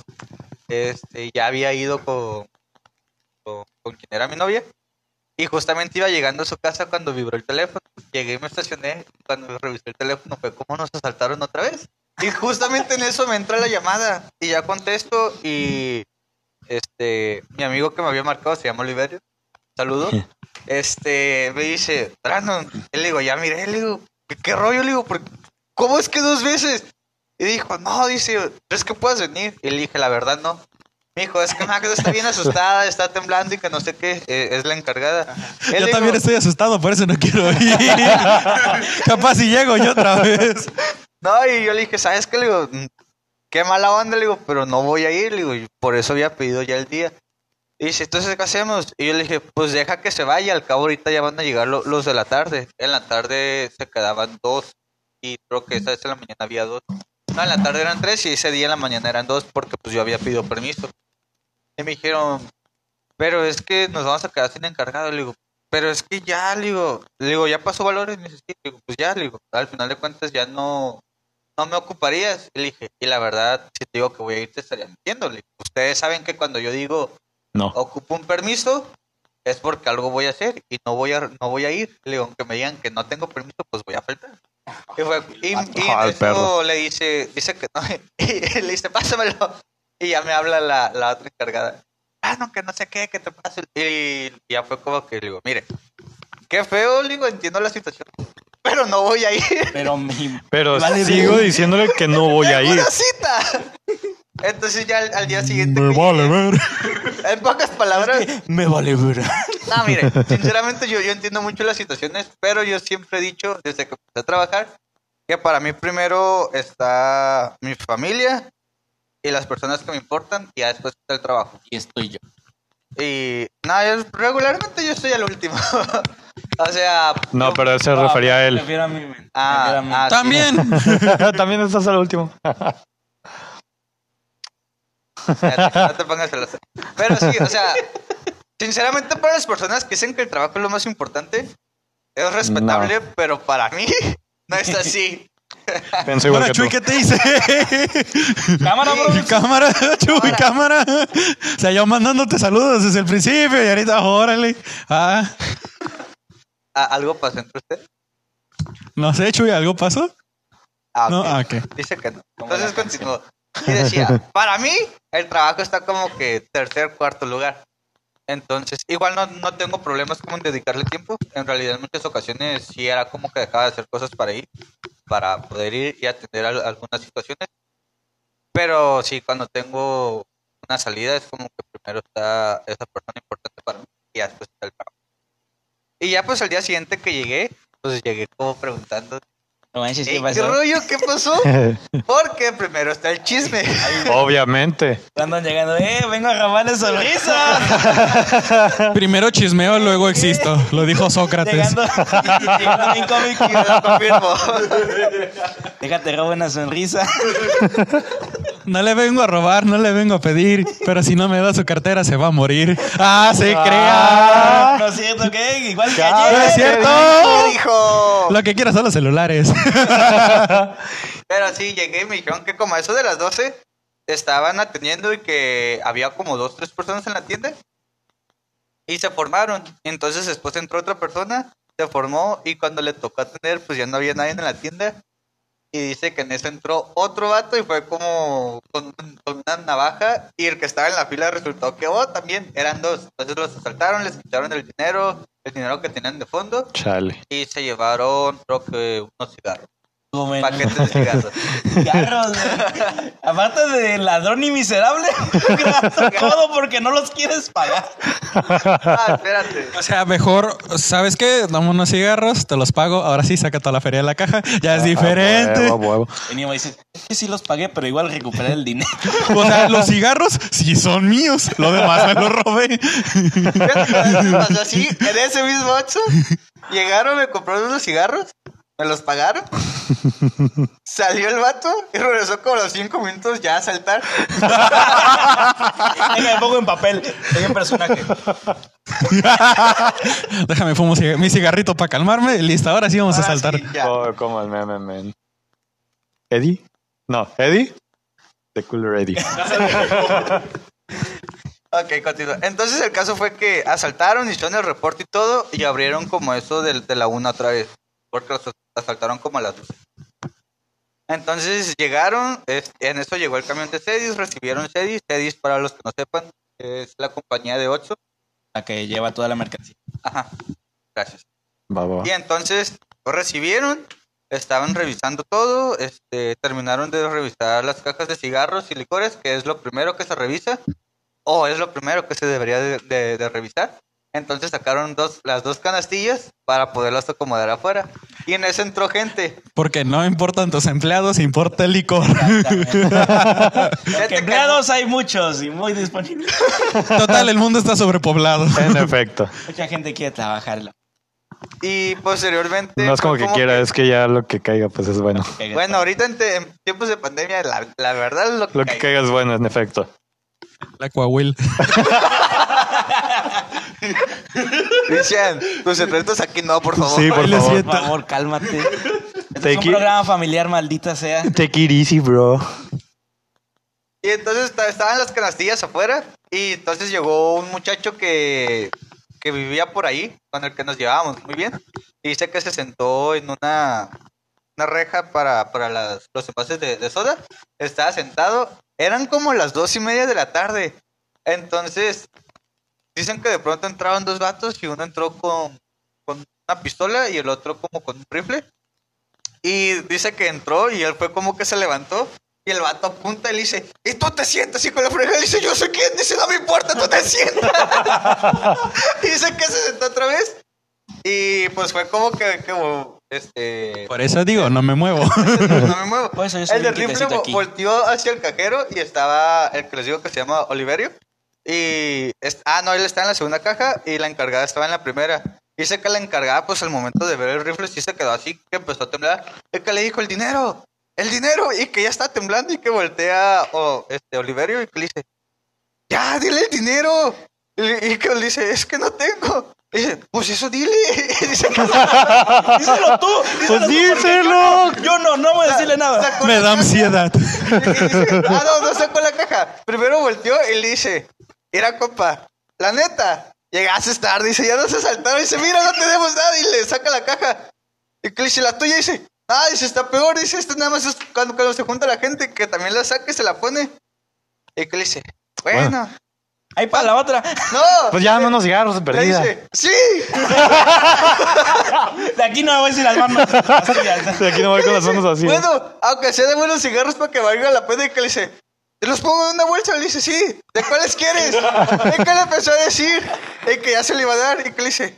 Speaker 4: este, ya había ido con, con, con quien era mi novia. Y justamente iba llegando a su casa cuando vibró el teléfono. Llegué y me estacioné. Cuando revisé el teléfono fue como nos asaltaron otra vez. Y justamente en eso me entra la llamada. Y ya contesto y este mi amigo que me había marcado se llama Oliverio. Saludos. Este me dice, Brandon, y le digo, ya miré, le digo, ¿qué, qué rollo? Le digo, "¿Por- ¿cómo es que dos veces? Y dijo, no, dice, ¿crees que puedas venir? Y le dije, la verdad no. Me dijo, es que Max está bien asustada, está temblando y que no sé qué, eh, es la encargada. Y le
Speaker 1: Yo
Speaker 4: digo,
Speaker 1: también estoy asustado, por eso no quiero
Speaker 4: *laughs*
Speaker 1: ir. Capaz si llego yo otra vez.
Speaker 4: No, y yo le dije, ¿sabes qué? Le digo, "Mm, qué mala onda, le digo, pero no voy a ir, le digo, y por eso había pedido ya el día. Y dice, entonces, ¿qué hacemos? Y yo le dije, pues deja que se vaya, al cabo ahorita ya van a llegar lo- los de la tarde. En la tarde se quedaban dos, y creo que esa vez en la mañana había dos. No, en la tarde eran tres, y ese día en la mañana eran dos, porque pues yo había pedido permiso. Y me dijeron, pero es que nos vamos a quedar sin encargado, le digo, pero es que ya, le digo, le digo, ya pasó valores, me dice, "Sí". Le digo, pues ya, le digo, al final de cuentas ya no, no me ocuparías. Y le dije, y la verdad, si te digo que voy a ir, te estaría mintiendo. Le digo, Ustedes saben que cuando yo digo
Speaker 2: No.
Speaker 4: ocupo un permiso, es porque algo voy a hacer y no voy a, no voy a ir. Le digo, aunque me digan que no tengo permiso, pues voy a faltar. Y, fue- y- y en
Speaker 2: *laughs* Al
Speaker 4: eso
Speaker 2: perro.
Speaker 4: le dice, dice que no, *laughs* y le dice, pásamelo. Y ya me habla la, la otra encargada. Ah, no, que no sé qué, que te pase. Y ya fue como que le digo, mire, qué feo, le digo, entiendo la situación, pero no voy a ir. *laughs*
Speaker 3: Pero mi.
Speaker 2: Pero
Speaker 3: Vale,
Speaker 2: sigo
Speaker 3: verga.
Speaker 2: diciéndole que no voy a ir.
Speaker 4: ¡Una cita! Entonces ya al, al día siguiente...
Speaker 1: Me
Speaker 4: que-
Speaker 1: vale ver.
Speaker 4: En pocas palabras...
Speaker 1: Me vale ver.
Speaker 4: No, mire, sinceramente yo, yo entiendo mucho las situaciones, pero yo siempre he dicho, desde que empecé a trabajar, que para mí primero está mi familia y las personas que me importan, y ya después está el trabajo.
Speaker 3: Y estoy yo.
Speaker 4: Y nada, yo- regularmente yo estoy al último. *laughs* o sea...
Speaker 2: No,
Speaker 4: yo-
Speaker 2: pero él se refería a él.
Speaker 3: Prefiero a mí, men. Prefiero a mí.
Speaker 4: Ah, ah,
Speaker 5: También.
Speaker 2: *laughs* También estás al último.
Speaker 4: *laughs* Espérate, No te pongas celoso. Pero sí, o sea, sinceramente para las personas que dicen que el trabajo es lo más importante, es respetable, pero para mí *laughs* no es así.
Speaker 2: Pienso igual
Speaker 1: Ahora,
Speaker 2: que
Speaker 1: Chuy,
Speaker 2: tú.
Speaker 1: ¿qué te dice?
Speaker 3: Cámara,
Speaker 4: *laughs*
Speaker 3: bro.
Speaker 1: cámara, Chuy,
Speaker 4: Ahora.
Speaker 1: cámara. O sea, yo mandándote saludos desde el principio y ahorita, órale. Ah,
Speaker 4: Ah, ¿Algo pasó entre ustedes?
Speaker 1: no sé, Chuy, ¿algo pasó?
Speaker 4: Ah, ok.
Speaker 1: No, ah, ok.
Speaker 4: Dice que no. Entonces continuó. Y decía, para mí el trabajo está como que tercer, cuarto lugar. Entonces, igual no, no tengo problemas como en dedicarle tiempo. En realidad, en muchas ocasiones sí era como que dejaba de hacer cosas para ir, para poder ir y atender al- algunas situaciones. Pero sí, cuando tengo una salida es como que primero está esa persona importante para mí y ya después está el trabajo. Y ya pues al día siguiente que llegué, pues llegué como preguntando,
Speaker 3: No manches,
Speaker 4: "Ey,
Speaker 3: ¿qué
Speaker 4: ¿qué
Speaker 3: pasó?
Speaker 4: rollo? ¿Qué
Speaker 3: *laughs*
Speaker 4: pasó? Porque primero está el chisme.
Speaker 2: *laughs* Obviamente.
Speaker 3: Andan llegando, eh, vengo a grabarle sonrisa.
Speaker 1: Primero chismeo, luego existo. Lo
Speaker 4: *laughs*
Speaker 1: dijo Sócrates.
Speaker 3: llegando, llegando bien cómico.
Speaker 4: Y yo lo confirmo.
Speaker 3: *laughs* Déjate robo una sonrisa.
Speaker 1: No le vengo a robar, no le vengo a pedir, pero si no me da su cartera se va a morir. Ah, se
Speaker 2: Ah.
Speaker 3: no es cierto que igual que
Speaker 2: Cada
Speaker 1: crea. No
Speaker 2: vez
Speaker 1: es
Speaker 2: que
Speaker 3: ayer.
Speaker 1: cierto.
Speaker 4: Me dijo.
Speaker 1: Lo que quieras son los celulares. *laughs*
Speaker 4: Pero sí, llegué y me dijeron que como a eso de las 12 estaban atendiendo y que había como dos, tres personas en la tienda. Y se formaron. Entonces después entró otra persona, se formó y cuando le tocó atender, pues ya no había nadie en la tienda. Y dice que en eso entró otro vato y fue como con, con una navaja. Y el que estaba en la fila resultó que, oh, también eran dos. Entonces los asaltaron, les quitaron el dinero, el dinero que tenían de fondo.
Speaker 2: Chale.
Speaker 4: Y se llevaron, creo que unos cigarros,
Speaker 3: Como en
Speaker 4: paquetes de cigarros.
Speaker 3: cigarros, güey. Aparte de ladrón y miserable, *laughs* todo porque no los quieres pagar.
Speaker 4: Ah, espérate.
Speaker 1: O sea, mejor, ¿sabes qué? Dame unos cigarros, te los pago, ahora sí saca toda la feria de la caja, ya es diferente.
Speaker 2: Ah, huevo, huevo.
Speaker 3: Y mi mamá dice, es que sí los pagué, pero igual recuperé el dinero.
Speaker 1: O sea, los cigarros sí son míos, lo demás me lo robé. *laughs*
Speaker 4: O sea, sí, en ese mismo ocho llegaron, me compraron unos cigarros, me los pagaron. Salió el vato y regresó como a los cinco minutos ya a saltar.
Speaker 3: *laughs* Venga, me pongo en papel. Soy un personaje.
Speaker 1: Déjame fumo ciga- mi cigarrito para
Speaker 4: Ah,
Speaker 1: calmarme, listo, ahora sí vamos a saltar.
Speaker 4: ya.
Speaker 2: Oh, como el meme, men. Eddie, No, Eddie. The Cooler Eddie.
Speaker 4: Ok, continúa. Entonces el caso fue que asaltaron, hicieron el reporte y todo, y abrieron como eso del- de, la una otra vez, porque los asaltaron como a las dos. Entonces llegaron, es- en eso llegó el camión de Cedis, recibieron Cedis, Cedis para los que no sepan, es la compañía de ocho.
Speaker 3: La que lleva toda la *laughs* mercancía.
Speaker 4: Ajá, gracias.
Speaker 2: Va, va, va.
Speaker 4: Y entonces lo recibieron, estaban revisando todo, este, terminaron de revisar las cajas de cigarros y licores, que es lo primero que se revisa, o es lo primero que se debería de, de- de revisar. Entonces sacaron dos, las dos canastillas para poderlas acomodar afuera. Y en eso entró gente.
Speaker 1: Porque no importan tus empleados, importa el licor.
Speaker 4: Gente
Speaker 3: Porque
Speaker 4: que-
Speaker 3: empleados hay muchos y muy disponibles.
Speaker 1: Total, el mundo está sobrepoblado.
Speaker 2: *laughs* En efecto.
Speaker 3: Mucha gente quiere trabajarlo.
Speaker 4: Y posteriormente...
Speaker 2: No es como
Speaker 4: fue
Speaker 2: que quiera, es que ya lo que caiga, pues es bueno.
Speaker 4: Bueno, ahorita en, te- en tiempos de pandemia, la, la verdad lo que...
Speaker 2: Lo que
Speaker 4: caiga.
Speaker 2: caiga es bueno, en efecto.
Speaker 1: La Coahuil.
Speaker 4: Cristian, tus secretos aquí no, por favor.
Speaker 2: Sí, por
Speaker 1: Ahí les
Speaker 2: favor.
Speaker 1: siento.
Speaker 3: Por favor, cálmate. *laughs* Este
Speaker 2: Take
Speaker 3: es un
Speaker 2: it-
Speaker 3: programa familiar, maldita sea.
Speaker 2: Take it easy, bro.
Speaker 4: Y entonces esta- estaban las canastillas afuera y entonces llegó un muchacho que, que vivía por ahí, con el que nos llevábamos muy bien. Y dice que se sentó en una, una reja para, para las, los envases de, de soda. Estaba sentado. Eran como las dos y media de la tarde. Entonces, dicen que de pronto entraron dos vatos y uno entró con, con una pistola y el otro como con un rifle. Y dice que entró y él fue como que se levantó. Y el vato apunta y le dice, ¿y tú te sientas? Y con la frega le dice, yo sé quién. Dice, no me importa, tú te sientas. *laughs* y dice que se sentó otra vez. Y pues fue como que, como, este...
Speaker 1: Por eso digo, no me muevo. *laughs*
Speaker 4: no me muevo.
Speaker 3: Por eso yo soy
Speaker 4: el del
Speaker 3: bien
Speaker 4: rifle
Speaker 3: quietecito
Speaker 4: vo-
Speaker 3: aquí.
Speaker 4: volteó hacia el cajero y estaba el que les digo que se llama Oliverio. Y, es- ah, no, él está en la segunda caja y la encargada estaba en la primera. Dice que la encargada, pues al momento de ver el rifle, sí se quedó así, que empezó a temblar. Es que le dijo el dinero, el dinero, y que ya está temblando y que voltea o este, Oliverio y que le dice, ya, dile el dinero. Y, y que le dice, es que no tengo. Y dice, pues eso dile. *laughs* Y dice que
Speaker 3: *laughs* Díselo tú. Díselo
Speaker 2: Pues
Speaker 3: tú, porque
Speaker 2: díselo.
Speaker 3: Yo no, no voy a decirle nada.
Speaker 4: sacó
Speaker 1: Me
Speaker 4: la
Speaker 1: da
Speaker 4: caja.
Speaker 1: ansiedad.
Speaker 4: ah, no, no sacó la caja. Primero volteó y le dice, era compa, la neta, llegaste tarde, dice, ya nos asaltaron, dice, mira, no tenemos nada, y le saca la caja. Y que le dice, la tuya, dice, ah, dice, está peor, dice, esto nada más es cuando, cuando se junta la gente, que también la saca y se la pone. Y que le dice, bueno,
Speaker 3: Ahí para la otra.
Speaker 4: no.
Speaker 2: Pues ya, unos cigarros de
Speaker 4: le
Speaker 2: perdida.
Speaker 4: dice, sí,
Speaker 3: De aquí no me voy a decir las manos. *laughs* Así ya.
Speaker 2: De aquí no voy con las manos así. ¿eh?
Speaker 4: bueno, aunque sea de buenos cigarros para que valga la pena, y que le dice, te los pongo en una bolsa, le dice, sí, ¿de
Speaker 2: *laughs*
Speaker 4: cuáles quieres? ¿Y qué le empezó a decir? Y que ya se le iba a dar, y que le dice,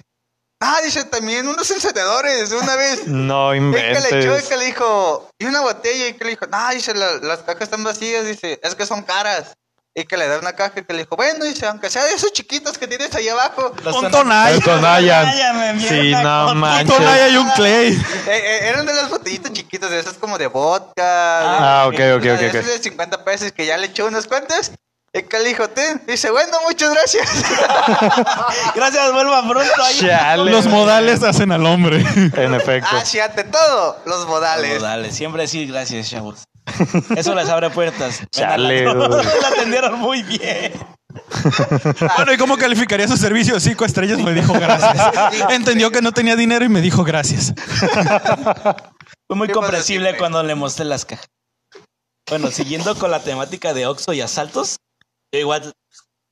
Speaker 4: ah, dice también unos encendedores, de
Speaker 2: *laughs*
Speaker 4: una vez.
Speaker 2: No
Speaker 4: Y que le echó, y
Speaker 2: inventes.
Speaker 4: que le dijo, y una botella, y que le dijo, no, dice, la- las cajas están vacías, dice, es que son caras. Y que le da una caja, y que le dijo, bueno, dice, aunque sea de esos chiquitos que tienes ahí abajo.
Speaker 1: Un tonal.
Speaker 2: El Tonayan.
Speaker 3: Tónayame,
Speaker 2: Sí,
Speaker 3: mierda,
Speaker 2: no
Speaker 3: con-
Speaker 1: Un
Speaker 2: manches.
Speaker 1: tonal y un clay.
Speaker 4: Eh, eh, eran de las botellitas chiquitas, de esas como de vodka. de-
Speaker 2: Ah, ok, ok,
Speaker 4: Una
Speaker 2: ok.
Speaker 4: de
Speaker 2: ok.
Speaker 4: esas de 50 pesos que ya le echó unas cuantas. Y que le dijo, ten, dice, bueno, muchas gracias.
Speaker 3: Gracias, vuelva pronto. Ahí.
Speaker 2: Chale.
Speaker 1: Los modales hacen al hombre.
Speaker 2: En efecto.
Speaker 4: Así Ah, ante todo, los modales.
Speaker 3: Dale, siempre decir gracias, *laughs* chavos. Eso les abre puertas. Ven
Speaker 2: Chale,
Speaker 3: a La *laughs*
Speaker 2: güey.
Speaker 3: la atendieron muy bien.
Speaker 1: Bueno, ¿y cómo calificaría su servicio? Cinco estrellas me dijo gracias. Entendió que no tenía dinero y me dijo gracias.
Speaker 3: Fue muy
Speaker 4: ¿Qué pasa
Speaker 3: comprensible
Speaker 4: siempre?
Speaker 3: cuando le mostré las cajas. Bueno, siguiendo con la temática de Oxxo y asaltos, yo igual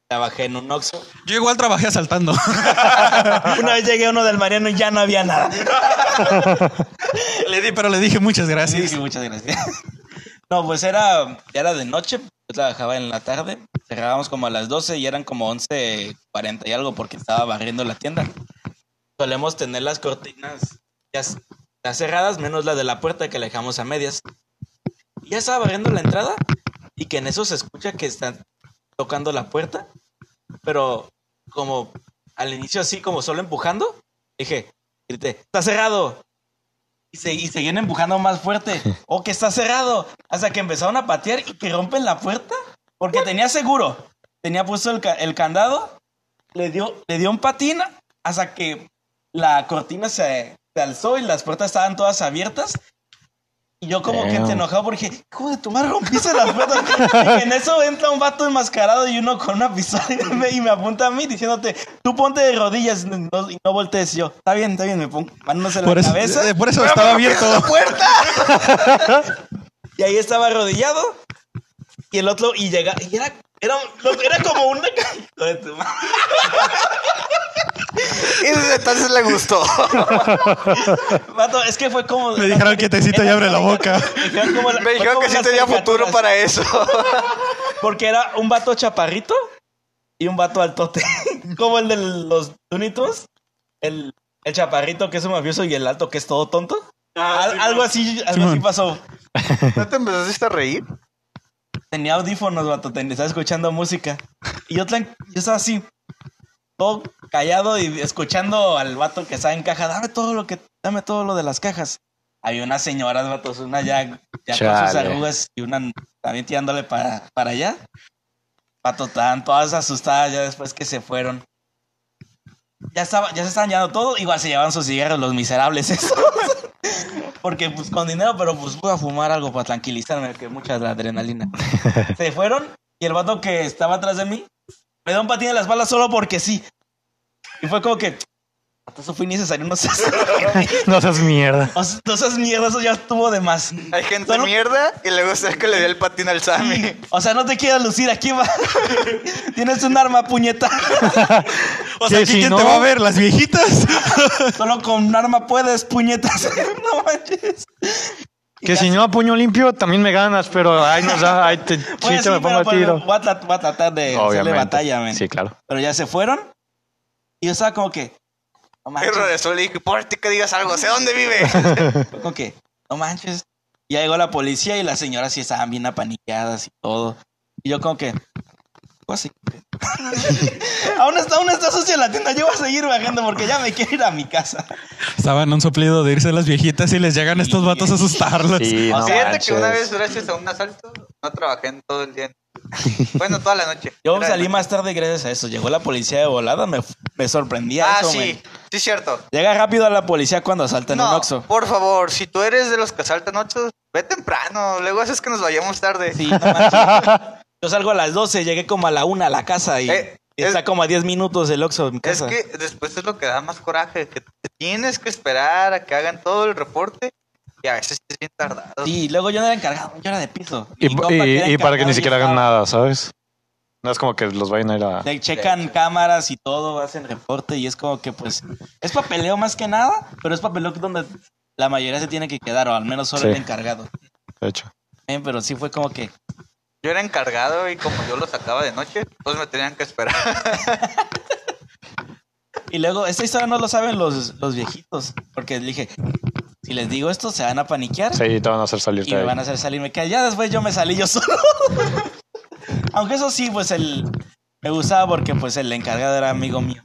Speaker 3: trabajé en un Oxxo.
Speaker 1: Yo igual trabajé asaltando. *laughs*
Speaker 3: Una vez llegué a uno del Mariano y ya no había nada.
Speaker 1: Le di, pero le dije muchas
Speaker 3: Sí,
Speaker 1: gracias.
Speaker 3: sí, muchas gracias. *laughs* No, pues era, ya era de noche, yo trabajaba en la tarde, cerrábamos como a las 12 y eran como 11.40 y algo porque estaba barriendo la tienda. Solemos tener las cortinas ya c- las cerradas, menos la de la puerta que la dejamos a medias. Y ya estaba barriendo la entrada y que en eso se escucha que están tocando la puerta, pero como al inicio así, como solo empujando, dije, grité, está cerrado, y, se, y seguían empujando más
Speaker 1: *laughs*
Speaker 3: fuerte. O que está cerrado. Hasta que empezaron a patear y que rompen la puerta. Porque tenía seguro. Tenía puesto el, ca- el candado. Le dio, le dio un patín hasta que la cortina se, se alzó y las puertas estaban todas abiertas. Y yo como que
Speaker 2: Damn.
Speaker 3: te enojaba porque, hijo de tu madre, rompiste las puertas. *laughs* Y en eso entra un vato enmascarado y uno con una pistola y me, y me apunta a mí diciéndote, tú ponte de rodillas no- y no voltees. Y yo, está bien, está bien, me pongo manos en
Speaker 1: Por
Speaker 3: la
Speaker 1: eso,
Speaker 3: cabeza.
Speaker 1: eh, por eso estaba abierto.
Speaker 3: Y ahí estaba arrodillado. Y el otro, y llega, y era, era, un- era como una... ca- hijo de tu madre.
Speaker 4: Y desde entonces le gustó.
Speaker 3: Vato, es que fue como...
Speaker 1: Me dijeron quietecito y
Speaker 3: Era
Speaker 1: abre la
Speaker 3: como-
Speaker 1: boca.
Speaker 3: me dijeron como-
Speaker 4: Me
Speaker 3: fue
Speaker 4: dijeron
Speaker 3: como
Speaker 4: que sí
Speaker 3: las
Speaker 4: tenía futuro
Speaker 3: caricaturas.
Speaker 4: para eso.
Speaker 3: Porque era un vato chaparrito y un vato altote. *laughs* Como el de los Tunitos. El, el chaparrito que es un mafioso y el alto que es todo tonto.
Speaker 4: Ah,
Speaker 3: Al- algo así, algo así
Speaker 1: Simón.
Speaker 3: pasó.
Speaker 4: ¿No te empezaste a reír?
Speaker 3: Tenía audífonos, vato, ten- estaba escuchando música. Y yo, tran- yo estaba así, todo callado y escuchando al vato que estaba en caja. Dame todo lo que, dame todo lo de las cajas. Había unas señoras, vatos, una ya, ya con sus
Speaker 2: Chale.
Speaker 3: arrugas y una también tirándole para, para allá. Vato, estaban todas asustadas ya después que se fueron. Ya, estaba, ya se estaban llevando todo, igual se llevaban sus cigarros los miserables esos. *laughs* Porque pues con dinero, pero pues voy a fumar algo para tranquilizarme, que mucha de la adrenalina. se fueron y el vato que estaba atrás de mí me da un patín en las balas solo porque sí. Y fue como que, "Vato, eso fue innecesario, no seas, *laughs* Ah,
Speaker 2: No seas mierda.
Speaker 3: no seas- no seas mierda, eso ya estuvo de más.
Speaker 4: Hay gente
Speaker 3: Solo-
Speaker 4: mierda y luego es que le dio el patín al Sammy.
Speaker 3: O sea, no te quieras lucir, aquí va. *laughs* Tienes un arma, puñeta. *laughs*
Speaker 1: O sea,
Speaker 2: Que
Speaker 1: aquí
Speaker 2: si
Speaker 1: ¿quién *laughs*
Speaker 2: no-
Speaker 1: te va a ver? ¿Las viejitas?
Speaker 3: Solo con un arma puedes, puñetas. *laughs* No manches. Y
Speaker 2: Que
Speaker 3: ya
Speaker 2: si no a puño limpio también me ganas, pero ay, no, ya, ay, te, sí,
Speaker 3: Pues
Speaker 2: te
Speaker 3: sí,
Speaker 2: me pongo
Speaker 3: pero,
Speaker 2: a
Speaker 3: pues,
Speaker 2: tiro.
Speaker 3: Voy a, tra- voy a tratar de hacerle
Speaker 2: Obviamente.
Speaker 3: batalla, men.
Speaker 2: Sí, claro.
Speaker 3: Pero ya se fueron. Y yo estaba como que. No
Speaker 4: Y
Speaker 3: manches.
Speaker 4: regresó y le dije, por ti que digas algo, sé dónde vive.
Speaker 3: Como que. No manches. Y ya llegó la policía y las señoras sí estaban bien apaniqueadas y todo. Y yo como que. "Voy a
Speaker 4: *laughs*
Speaker 3: seguir". aún, está, aún está sucia la tienda. Yo voy a seguir bajando porque ya me quiero ir a mi casa.
Speaker 1: Estaban a un soplido de irse las viejitas y les llegan estos vatos a asustarlas.
Speaker 2: Sí, no
Speaker 4: Fíjate
Speaker 2: manches.
Speaker 4: que una vez, gracias a un asalto, no trabajé en todo
Speaker 2: *laughs*
Speaker 4: el día. Bueno, toda la noche.
Speaker 3: Yo
Speaker 4: Era de
Speaker 3: salí
Speaker 4: noche.
Speaker 3: más tarde gracias a eso. Llegó la policía de volada. Me, me sorprendía
Speaker 4: Ah,
Speaker 3: eso,
Speaker 4: sí,
Speaker 3: men.
Speaker 4: sí, es cierto.
Speaker 3: Llega rápido a la policía cuando asaltan un
Speaker 4: No,
Speaker 3: Oxxo.
Speaker 4: por favor, si tú eres de los que asaltan ocho, ve temprano. Luego haces que nos vayamos tarde.
Speaker 3: Sí, no manches. Yo salgo a las 12, llegué como a la 1 a la casa y
Speaker 4: Eh,
Speaker 3: está
Speaker 4: es-
Speaker 3: como a 10 minutos el Oxxo de mi
Speaker 4: Es
Speaker 3: casa.
Speaker 4: que después es lo que da más coraje, que te tienes que esperar a que hagan todo el reporte y a veces es bien tardado.
Speaker 3: Sí, luego yo no era encargado, yo era de piso.
Speaker 2: Y,
Speaker 3: Mi compa
Speaker 2: y-
Speaker 3: que era
Speaker 2: y para que
Speaker 3: encargado
Speaker 2: ni
Speaker 3: ya
Speaker 2: siquiera hagan
Speaker 3: estaba.
Speaker 2: nada, ¿sabes? No es como que los vayan a ir a...
Speaker 3: Te checan cámaras y todo, hacen reporte y es como que pues es papeleo más que nada, pero es papeleo donde la mayoría se tiene que quedar o al menos solo
Speaker 2: Sí.
Speaker 3: el encargado.
Speaker 2: De hecho.
Speaker 3: Eh, pero sí fue como que
Speaker 4: Yo era encargado y como yo lo sacaba de noche, pues me tenían que esperar. *laughs*
Speaker 3: Y luego, esta historia no lo saben los, los viejitos, porque dije, si les digo esto, se van a paniquear
Speaker 2: Sí, te van a hacer salir
Speaker 3: y me
Speaker 2: de
Speaker 3: van a
Speaker 2: ahí.
Speaker 3: hacer salirme. Que ya después yo me salí yo solo. *laughs* Aunque eso sí, pues el me gustaba porque pues el encargado era amigo mío.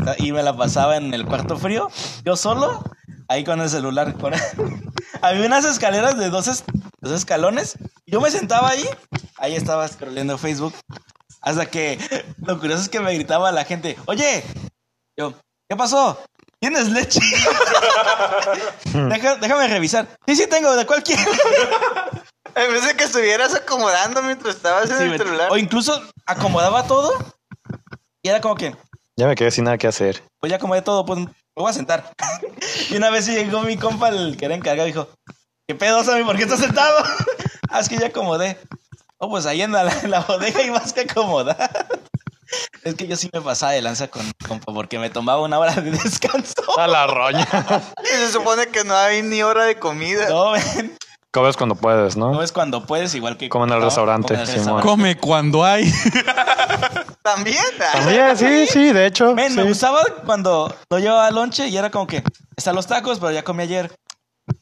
Speaker 3: O sea, Y me la pasaba en el cuarto frío, yo solo, ahí *laughs* con el celular. con- Había unas escaleras de dos, es- dos escalones. Yo me sentaba ahí, ahí estaba scrolleando Facebook. Hasta que *laughs* lo curioso es que me gritaba la gente, oye, yo, ¿qué pasó? ¿Tienes leche? *laughs* Deja- déjame revisar. Sí, sí tengo, ¿de cuál quieres?
Speaker 4: En vez de que estuvieras acomodando mientras estabas en
Speaker 3: Sí,
Speaker 4: el
Speaker 3: me-
Speaker 4: celular.
Speaker 3: O incluso acomodaba todo y era como que,
Speaker 2: Ya me quedé sin nada que hacer.
Speaker 3: pues ya acomodé todo, pues me voy a sentar. *laughs* y una vez sí llegó mi compa, el que era encargado, dijo, ¿qué pedo, Sammy? ¿Por qué estás sentado? *laughs* "Ah, es que ya acomodé. Oh, pues ahí en la, en la bodega y más que acomodar. *laughs* es que yo sí me pasaba de lanza con mi compa porque me tomaba una hora de *laughs* descanso.
Speaker 2: A la roña.
Speaker 4: Y se supone que no hay ni hora de comida.
Speaker 3: No, ven,
Speaker 2: Cobras cuando puedes, ¿no?
Speaker 3: no es cuando puedes, igual que...
Speaker 2: Como en el
Speaker 3: ¿no?
Speaker 2: restaurante,
Speaker 3: Como en el
Speaker 2: Simón.
Speaker 3: restaurante.
Speaker 1: Come cuando hay.
Speaker 4: También.
Speaker 2: También, sí, sí, de hecho.
Speaker 3: Men, me
Speaker 2: sí.
Speaker 3: gustaba cuando no llevaba lonche y era como que están los tacos, pero ya comí ayer.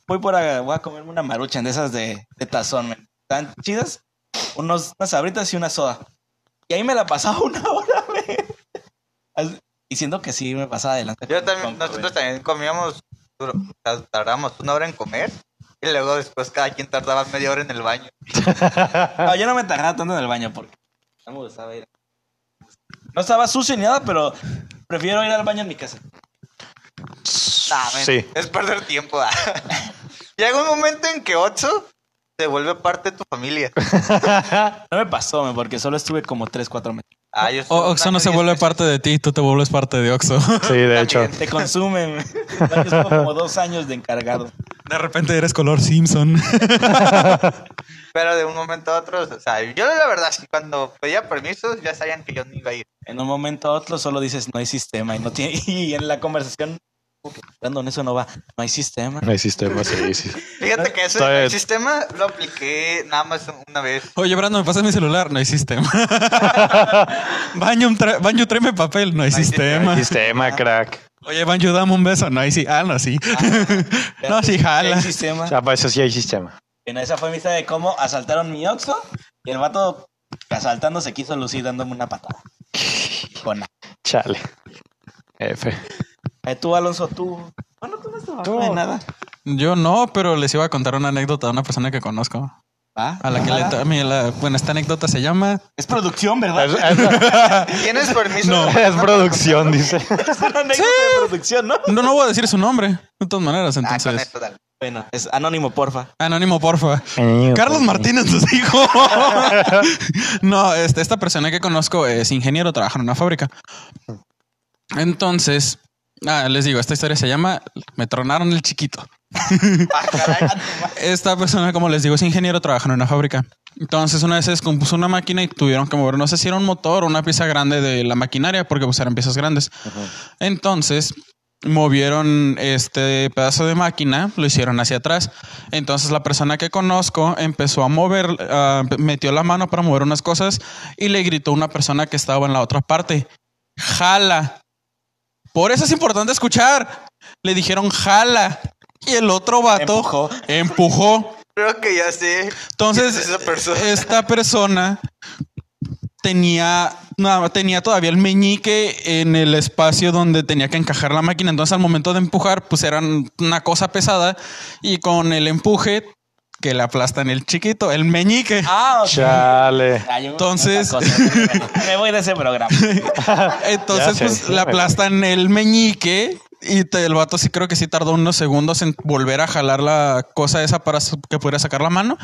Speaker 3: Voy por a, voy a comerme una maruchan de esas de, de tazón, men. Están chidas. Unos, unas sabritas y una soda. Y ahí me la pasaba *laughs* una hora, men. Así- Diciendo que sí me pasaba adelante.
Speaker 4: Yo
Speaker 3: con-
Speaker 4: también,
Speaker 3: con-
Speaker 4: nosotros también comíamos duro. O sea, Tardamos una hora en comer y luego después cada quien tardaba media hora en el baño.
Speaker 3: No, Ah, yo no me tardaba tanto en el baño porque no me gustaba ir. No estaba sucio ni nada, pero prefiero ir al baño en mi casa.
Speaker 4: Nah, men,
Speaker 2: Sí.
Speaker 4: Es perder tiempo. ah. *laughs* Llega un momento en que Otso se vuelve parte de tu familia.
Speaker 3: No me pasó, men, porque solo estuve como 3, 4 meses.
Speaker 4: Ah, yo
Speaker 1: O- Oxo no se vuelve parte de ti, tú te vuelves parte de Oxo.
Speaker 2: Sí, de hecho.
Speaker 3: Te consumen. *laughs* men. Yo estuve como dos años de encargado.
Speaker 1: De repente eres color Simpson.
Speaker 4: Pero de un momento a otro, o sea, yo la verdad, sí, cuando pedía permisos, ya sabían que yo no iba a ir.
Speaker 3: En un momento a otro solo dices, no hay sistema. Y, no tiene, *laughs* y en la conversación, dando en eso no va, no hay sistema.
Speaker 2: No hay sistema, sí, sí.
Speaker 4: Fíjate que eso
Speaker 2: Está bien.
Speaker 4: el sistema lo apliqué nada más una vez.
Speaker 1: Oye, Brandon, me pasas mi celular. No hay
Speaker 4: *laughs*
Speaker 1: sistema. Banjo, tra- Banjo, tráeme papel. No hay sistema.
Speaker 2: Sistema, crack.
Speaker 1: Oye, Banjo, dame un beso. No hay sí. Ah, no, sí.
Speaker 4: Ah,
Speaker 1: No, sí,
Speaker 3: No
Speaker 1: jala.
Speaker 3: hay sistema.
Speaker 2: O sea, para Ah, pues eso sí hay sistema.
Speaker 3: Bueno, esa fue mi historia de cómo asaltaron mi Oxxo y el vato asaltando se quiso lucir dándome una patada. Con
Speaker 2: Chale. F.
Speaker 3: tú, Alonso, tú. Bueno, tú no estás abajo de nada.
Speaker 1: Yo no, pero les iba a contar una anécdota de una persona que conozco.
Speaker 3: ¿Va?
Speaker 1: A la que le... to- a mí la- bueno, esta anécdota se llama...
Speaker 3: Es producción,
Speaker 2: Es,
Speaker 3: *laughs* ¿verdad?
Speaker 2: es-
Speaker 4: ¿Tienes permiso?
Speaker 2: es producción, dice.
Speaker 3: Es una anécdota de producción, ¿no?
Speaker 1: No, no voy a decir su nombre. De todas maneras,
Speaker 4: Ah, con
Speaker 1: entonces...
Speaker 4: esto, dale.
Speaker 3: Bueno, es anónimo, porfa.
Speaker 1: Anónimo, porfa.
Speaker 2: Pues
Speaker 1: Carlos Martínez nos dijo. no, este, esta persona que conozco es ingeniero, trabaja en una fábrica. Entonces, ah, les digo, esta historia se llama Me tronaron el chiquito.
Speaker 4: Ah, caray.
Speaker 1: Esta persona, como les digo, es ingeniero, trabaja en una fábrica. Entonces, una vez se descompuso una máquina y tuvieron que mover, no sé si era un motor o una pieza grande de la maquinaria, porque pues eran piezas grandes. Entonces, movieron este pedazo de máquina, lo hicieron hacia atrás. Entonces, la persona que conozco empezó a mover, ah, metió la mano para mover unas cosas y le gritó a una persona que estaba en la otra parte: Jala. Por eso es importante escuchar. Le dijeron jala. Y el otro vato
Speaker 3: Empujó.
Speaker 1: empujó.
Speaker 4: Creo que ya sé.
Speaker 1: Entonces, e,
Speaker 4: ¿Quién es esa persona?
Speaker 1: esta persona tenía, no, tenía todavía el meñique en el espacio donde tenía que encajar la máquina. Entonces, al momento de empujar, pues eran una cosa pesada y con el empuje que le aplastan el chiquito, el meñique.
Speaker 3: *laughs* Ah,
Speaker 2: Chale.
Speaker 1: Entonces-
Speaker 2: *laughs*
Speaker 3: me voy de ese programa.
Speaker 1: *laughs* Entonces,
Speaker 2: Ya sé,
Speaker 1: pues
Speaker 2: sí,
Speaker 1: le
Speaker 2: güey.
Speaker 1: aplastan el meñique y te- el vato sí creo que sí tardó unos segundos en volver a jalar la cosa esa para su- que pudiera sacar la mano.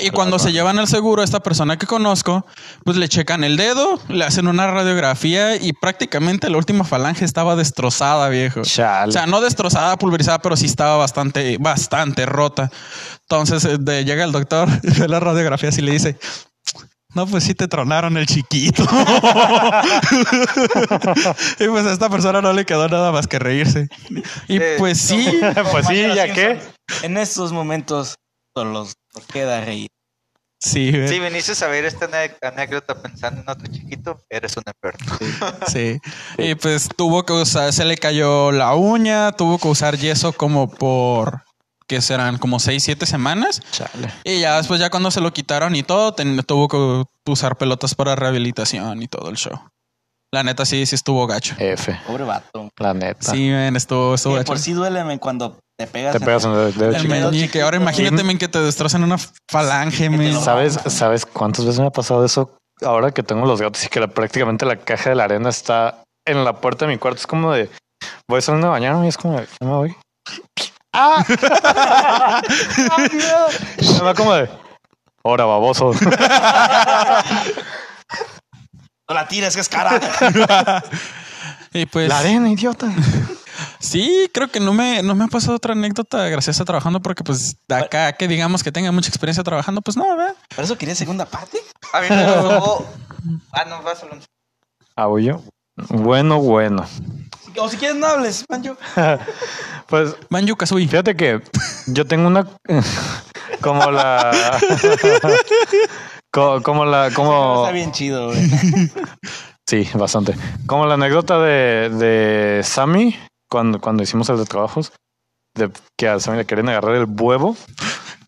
Speaker 1: Y cuando se llevan al seguro, esta persona que conozco, pues le checan el dedo, le hacen una radiografía y prácticamente la última falange estaba destrozada, viejo.
Speaker 2: Chale.
Speaker 1: O sea, no destrozada, pulverizada, pero sí estaba bastante, bastante rota. Entonces eh, de- llega el doctor, *laughs* ve la radiografía y le dice, no, pues sí te tronaron el chiquito. *laughs* y pues a esta persona no le quedó nada más que reírse. Y
Speaker 4: Eh,
Speaker 1: pues sí,
Speaker 2: Pues sí,
Speaker 3: Compañero
Speaker 2: ¿ya qué?
Speaker 3: Simpson, En estos momentos solo nos queda reír.
Speaker 1: sí, eh,
Speaker 4: Si
Speaker 1: sí.
Speaker 4: viniste a ver esta ane- anécdota pensando en otro chiquito, eres un enfermo.
Speaker 1: Y pues tuvo que usar, se le cayó la uña, tuvo que usar yeso como por, que serán como seis, siete semanas.
Speaker 2: Chale.
Speaker 1: Y ya después, ya cuando se lo quitaron y todo, ten- tuvo que usar pelotas para rehabilitación y todo el show. La neta sí, sí estuvo gacho.
Speaker 2: F.
Speaker 3: Pobre vato.
Speaker 2: La neta.
Speaker 1: Sí, men, estuvo, estuvo
Speaker 3: Que
Speaker 1: gacho.
Speaker 3: por sí duele men, cuando te pegas.
Speaker 2: Te
Speaker 3: en-
Speaker 2: pegas en el dedo
Speaker 3: El
Speaker 1: El
Speaker 2: chiquito.
Speaker 3: meñique.
Speaker 1: meñique. Ahora imagínate, men, que te destrocen una falange, men.
Speaker 3: lo-
Speaker 2: ¿Sabes, ¿Sabes cuántas veces me ha pasado eso? Ahora que tengo los gatos y que la- prácticamente la caja de la arena está en la puerta de mi cuarto. Es como de voy saliendo a bañarme y es como de ya me voy. ¡Ah! ¡Ay, Dios! *laughs* Me va como de ahora baboso.
Speaker 3: No la tires, que
Speaker 2: *laughs*
Speaker 3: es cara.
Speaker 1: Y pues,
Speaker 2: La arena, idiota.
Speaker 1: sí, creo que no me, no me ha pasado otra anécdota gracias a trabajando, porque pues de acá que digamos que tenga mucha experiencia trabajando, pues no, ¿verdad?
Speaker 3: ¿Por eso quería segunda parte?
Speaker 4: A mí
Speaker 2: *laughs*
Speaker 4: me pasó. Ah, no, vas Alonso.
Speaker 2: Ah, voy yo. Bueno, bueno.
Speaker 3: O si quieres no hables, Pancho.
Speaker 2: Pues
Speaker 1: Banjo Kazooie.
Speaker 2: Fíjate que yo tengo una *laughs* como la *laughs* co- como la como
Speaker 3: Está bien chido, güey.
Speaker 2: sí bastante como la anécdota de, de Sammy cuando cuando hicimos el de trabajos de que a Sammy le querían agarrar el huevo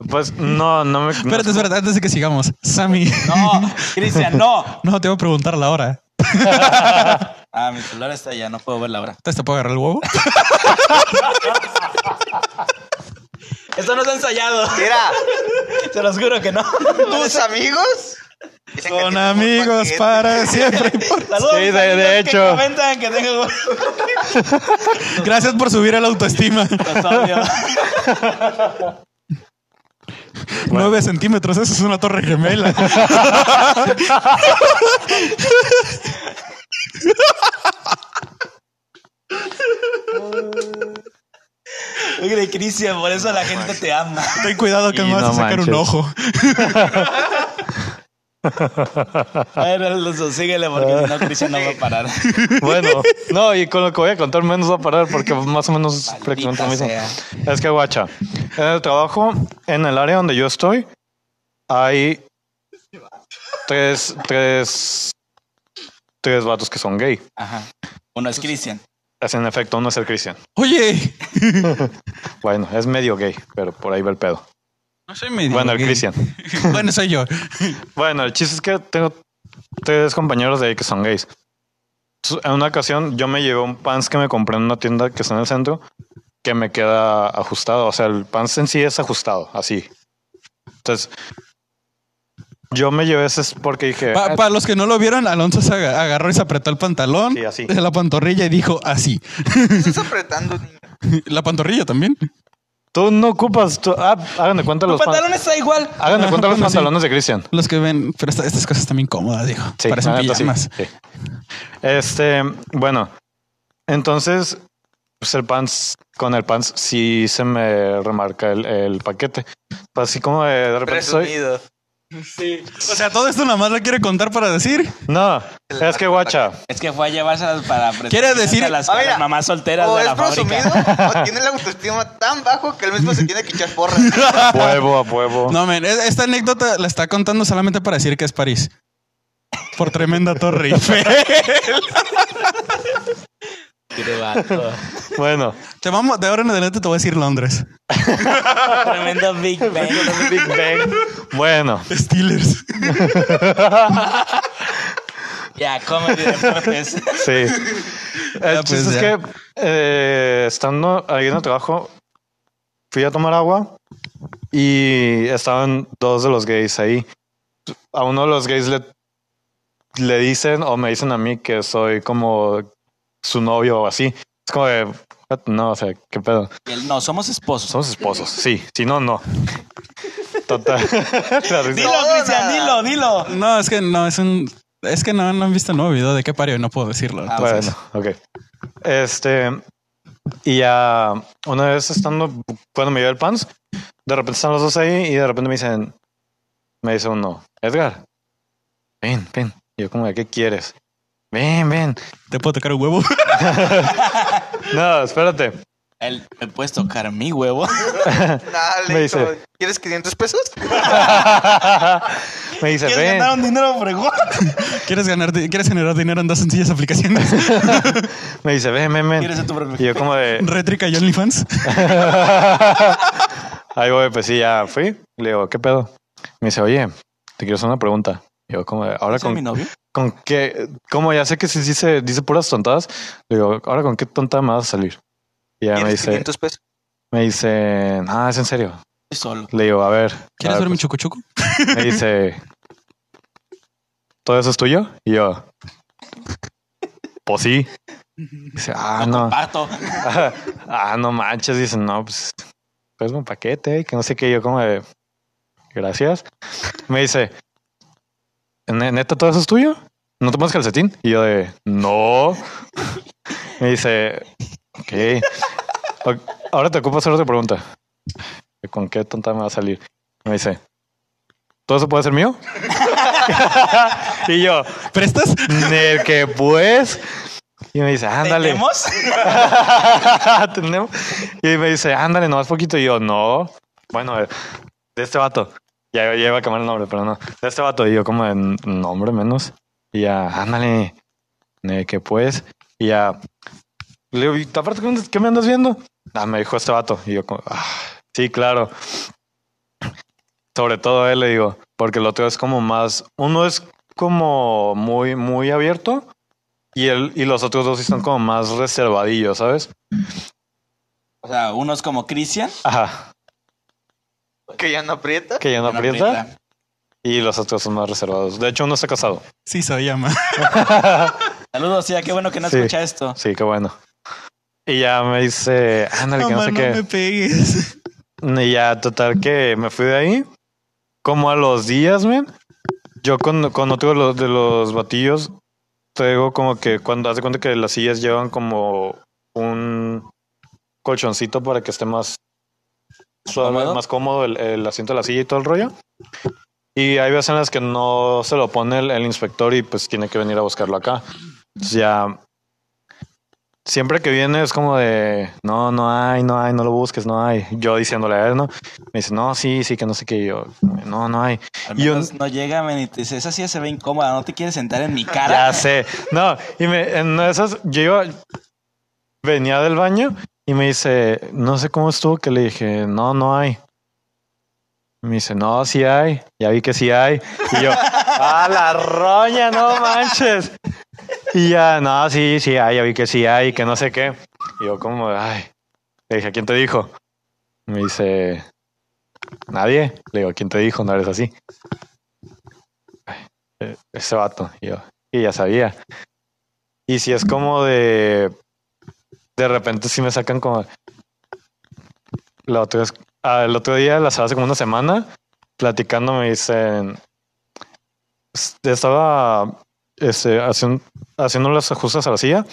Speaker 2: pues no no me no-
Speaker 1: Espérate, espérate, antes de que sigamos.
Speaker 2: *laughs*
Speaker 1: Sammy,
Speaker 3: No, Cristian, no.
Speaker 1: no te voy a preguntar la hora.
Speaker 3: Ah, mi celular está allá, no puedo ver la hora.
Speaker 1: ¿Te te puedo agarrar el
Speaker 2: *laughs*
Speaker 1: huevo?
Speaker 3: Esto no está ensayado. *laughs*
Speaker 4: *laughs* Mira,
Speaker 3: Se los juro
Speaker 2: *laughs*
Speaker 3: que no.
Speaker 4: tus amigos. dicen que
Speaker 1: Con
Speaker 4: tienes un
Speaker 1: amigos
Speaker 4: paquete.
Speaker 1: para *laughs* siempre.
Speaker 3: Saludos.
Speaker 2: Sí,
Speaker 3: mis
Speaker 2: de-
Speaker 3: amigos
Speaker 2: de
Speaker 3: que
Speaker 2: hecho.
Speaker 3: comentan que tengo
Speaker 2: *laughs*
Speaker 3: el
Speaker 1: Gracias por subir a la autoestima.
Speaker 3: Los odio.
Speaker 1: 9 centímetros, eso es una torre gemela.
Speaker 3: Oye, Cristian, por eso la gente te ama.
Speaker 1: Ten cuidado que
Speaker 2: Y
Speaker 1: me vas
Speaker 2: no
Speaker 1: a sacar
Speaker 2: manches.
Speaker 1: un ojo.
Speaker 3: A ver, Alonso, síguele porque si no, Cristian no va *laughs* a parar.
Speaker 1: *laughs*
Speaker 2: Bueno, no, y con lo que voy a contar menos va a parar porque más o menos es prácticamente lo mismo.
Speaker 3: sea.
Speaker 2: Es que guacha, en el trabajo, en el área donde yo estoy, hay tres, tres, tres vatos que son gay.
Speaker 3: Ajá. Uno es Cristian.
Speaker 2: Es en efecto, uno es el Cristian.
Speaker 1: Oye,
Speaker 2: Bueno, es medio gay, pero por ahí va el pedo.
Speaker 1: no soy medio.
Speaker 2: Bueno, el
Speaker 1: gay.
Speaker 2: Cristian.
Speaker 1: *laughs* bueno, soy yo.
Speaker 2: Bueno, el chiste es que tengo tres compañeros de ahí que son gays. Entonces, En una ocasión yo me llevé un pants que me compré en una tienda que está en el centro que me queda ajustado. O sea, el pants en sí es ajustado, así. Entonces, yo me llevé ese porque dije...
Speaker 1: Pa-
Speaker 2: "Ah,
Speaker 1: para los que no lo vieron, Alonso se aga- agarró y se apretó el pantalón
Speaker 2: Sí, así.
Speaker 1: de la pantorrilla y dijo así.
Speaker 4: Estás apretando, niño.
Speaker 1: la pantorrilla también.
Speaker 2: Tú no ocupas... tú- ah, hagan de cuenta
Speaker 3: Tu
Speaker 2: los pan-
Speaker 3: pantalón está igual.
Speaker 2: Hagan de cuenta
Speaker 1: *laughs*
Speaker 2: los
Speaker 1: Sí.
Speaker 2: pantalones de Cristian.
Speaker 1: Los que ven, pero esta- estas cosas están bien cómodas, dijo.
Speaker 2: Sí,
Speaker 1: Parecen
Speaker 2: la neta, sí,
Speaker 1: pijamas.
Speaker 2: sí. Este, bueno, entonces, pues el pants, con el pants sí se me remarca el, el paquete. Pues, Así como de, de repente soy.
Speaker 4: Presumido.
Speaker 1: O sea, todo esto nada más lo quiere contar para decir.
Speaker 2: No, es que guacha.
Speaker 3: Es que fue a llevárselas *laughs* para
Speaker 1: Quiere decir-
Speaker 3: a las,
Speaker 4: Ah,
Speaker 3: a las
Speaker 4: mira.
Speaker 3: mamás solteras
Speaker 4: o
Speaker 3: de
Speaker 4: es
Speaker 3: la *laughs*
Speaker 4: presumido
Speaker 2: *laughs*
Speaker 3: fábrica.
Speaker 4: o tiene la autoestima tan bajo que él mismo se tiene que echar porras.
Speaker 2: Huevo a huevo.
Speaker 1: No, men, e- esta anécdota la está contando solamente para decir que es París. Por tremenda torre. Eiffel.
Speaker 2: *laughs*
Speaker 3: Qué vato.
Speaker 2: Bueno,
Speaker 1: te vamos, de ahora en adelante te voy a decir Londres.
Speaker 3: Tremendo Big *laughs* Bang.
Speaker 2: Big Bang. Bueno,
Speaker 1: Steelers.
Speaker 3: Ya, pues. comedy deportes.
Speaker 1: *laughs*
Speaker 2: sí. El
Speaker 1: Ya,
Speaker 2: chiste
Speaker 1: pues,
Speaker 2: es
Speaker 1: ya.
Speaker 2: que eh, estando ahí en el trabajo, fui a tomar agua y estaban dos de los gays ahí. A uno de los gays le, le dicen o me dicen a mí que soy como su novio o así. Es como de, "What? no, o sea, qué pedo.
Speaker 3: Y él, no, somos esposos.
Speaker 2: Somos esposos, sí. Si no, no. Total. *laughs* La risa.
Speaker 3: Dilo, Cristian, dilo, dilo.
Speaker 1: No, es que no, es un. Es que no, no han visto el nuevo video de qué parió y no puedo decirlo.
Speaker 3: Ah,
Speaker 1: entonces.
Speaker 2: Bueno, ok. Este, y ya una vez estando, cuando me llevé el pants, de repente están los dos ahí y de repente me dicen, me dice uno, Edgar, ven, ven. Y yo como, de, ¿qué quieres? Ven, ven.
Speaker 1: Te puedo tocar un huevo. *laughs*
Speaker 2: No, espérate. *laughs*
Speaker 3: Él, ¿me puedes tocar mi *laughs* huevo?
Speaker 4: Dale,
Speaker 2: Me dice-
Speaker 4: hijo, ¿Quieres 500 pesos?
Speaker 2: me dice,
Speaker 3: ¿Quieres
Speaker 2: ven.
Speaker 3: ganar un dinero fregón?
Speaker 1: ¿Quieres ganar, di- quieres generar dinero en dos sencillas aplicaciones?
Speaker 2: *laughs* Me dice, ven, ven,
Speaker 3: ¿Quieres
Speaker 2: ven.
Speaker 3: ser tu propio
Speaker 2: Y yo como de, *laughs*
Speaker 1: Rétrica y OnlyFans.
Speaker 2: Ahí voy, pues sí, ya fui. Le digo, ¿qué pedo? Me dice, oye, te quiero hacer una pregunta. Y Yo, como, ahora
Speaker 3: ¿Ese es mi
Speaker 2: con,
Speaker 3: novio?
Speaker 2: con qué, como ya sé que se dice, dice puras tontadas, le digo, ahora con qué tonta me vas a salir. Y ya me
Speaker 4: ¿Quieres
Speaker 2: dice,
Speaker 4: 500 pesos?
Speaker 2: me dice, ah, es en serio.
Speaker 3: Estoy solo.
Speaker 2: Le digo, a ver.
Speaker 1: ¿Quieres
Speaker 2: a
Speaker 1: ver
Speaker 2: ver,
Speaker 1: mi chucuchuco?
Speaker 2: pues, Me dice, ¿todo eso es tuyo? Y yo, pues sí. Dice, ah, no.
Speaker 3: Pato.
Speaker 2: *laughs* ah, no manches, dicen, no, pues, pues un paquete, que no sé qué, yo como de, gracias. Me dice, "Ne- ¿neta todo eso es tuyo? ¿No tomas calcetín? Y yo de, no. *laughs* Me dice, ok. O- Ahora te ocupo hacer otra pregunta. ¿Con qué tonta me va a salir? Me dice, ¿todo eso puede ser mío? *laughs* y yo,
Speaker 1: ¿Prestas?
Speaker 2: "Ne- que pues? Y me dice, ándale.
Speaker 3: ¿Tenemos?
Speaker 2: *laughs* Tenemos. Y me dice, ándale, nomás poquito. Y yo, no. Bueno, eh, de este vato. Ya, ya iba a cambiar el nombre, pero no. De este vato. Y yo, como, de, nombre menos. Y ya, ándale. eh, que pues. Y ya. Le digo, "Y aparte, ¿qué andas- ¿qué me andas viendo? Ah, me dijo este vato. Y yo, como, "Ah, sí, claro. Sobre todo a él le digo, porque el otro es como más. Uno es como muy, muy abierto. Y, él, y los otros dos sí son como más reservadillos, ¿sabes?
Speaker 3: O sea, uno es como Cristian.
Speaker 2: Ajá,
Speaker 4: Que ya no aprieta.
Speaker 2: que ya no
Speaker 3: uno
Speaker 2: aprieta.
Speaker 3: aprieta.
Speaker 2: Y los otros son más reservados. De hecho, uno está casado.
Speaker 1: Sí, se llama.
Speaker 3: Saludos, ya qué bueno que no
Speaker 2: Sí.
Speaker 3: escucha esto.
Speaker 2: Sí, qué bueno. Y ya me dice, ándale, que no
Speaker 1: Mamá,
Speaker 2: sé
Speaker 1: no me
Speaker 2: qué.
Speaker 1: pegues.
Speaker 2: Y ya, total, que me fui de ahí. Como a los días, men. Yo cuando, cuando tengo los de los batillos, traigo como que cuando hace cuenta que las sillas llevan como un colchoncito para que esté más suave,
Speaker 3: ¿Cómodo?
Speaker 2: más cómodo el, el asiento de la silla y todo el rollo. Y hay veces en las que no se lo pone el, el inspector y pues tiene que venir a buscarlo acá. Entonces ya siempre que viene es como de no, no hay, no hay, no lo busques, no hay. Yo diciéndole a él, ¿no? Me dice, no, sí, sí, que no sé qué. Y Yo, no, no hay.
Speaker 3: Al
Speaker 2: Y yo-
Speaker 3: menos no llega, men, y te dice, esa silla se ve incómoda, no te quieres sentar en mi cara.
Speaker 2: Ya sé. No, y me, en una de esas, yo iba, venía del baño y me dice, no sé cómo estuvo, que le dije, no, no hay. Y Me dice, no, sí hay. Ya vi que sí hay. Y yo, ah, la roña, no manches. Y ya, no, sí, sí hay, ya vi que sí hay, que no sé qué. Y yo, como, ay. Le dije, ¿quién te dijo? Me dice, nadie. Le digo, ¿quién te dijo? No eres así. Ay, eh, Ese vato. Y yo, y ya sabía. Y si es como de. De repente si me sacan como. La otra vez- ah, el otro día, las hace como una semana, platicando me dicen. "S- Estaba este, haciendo, haciendo los ajustes a la silla.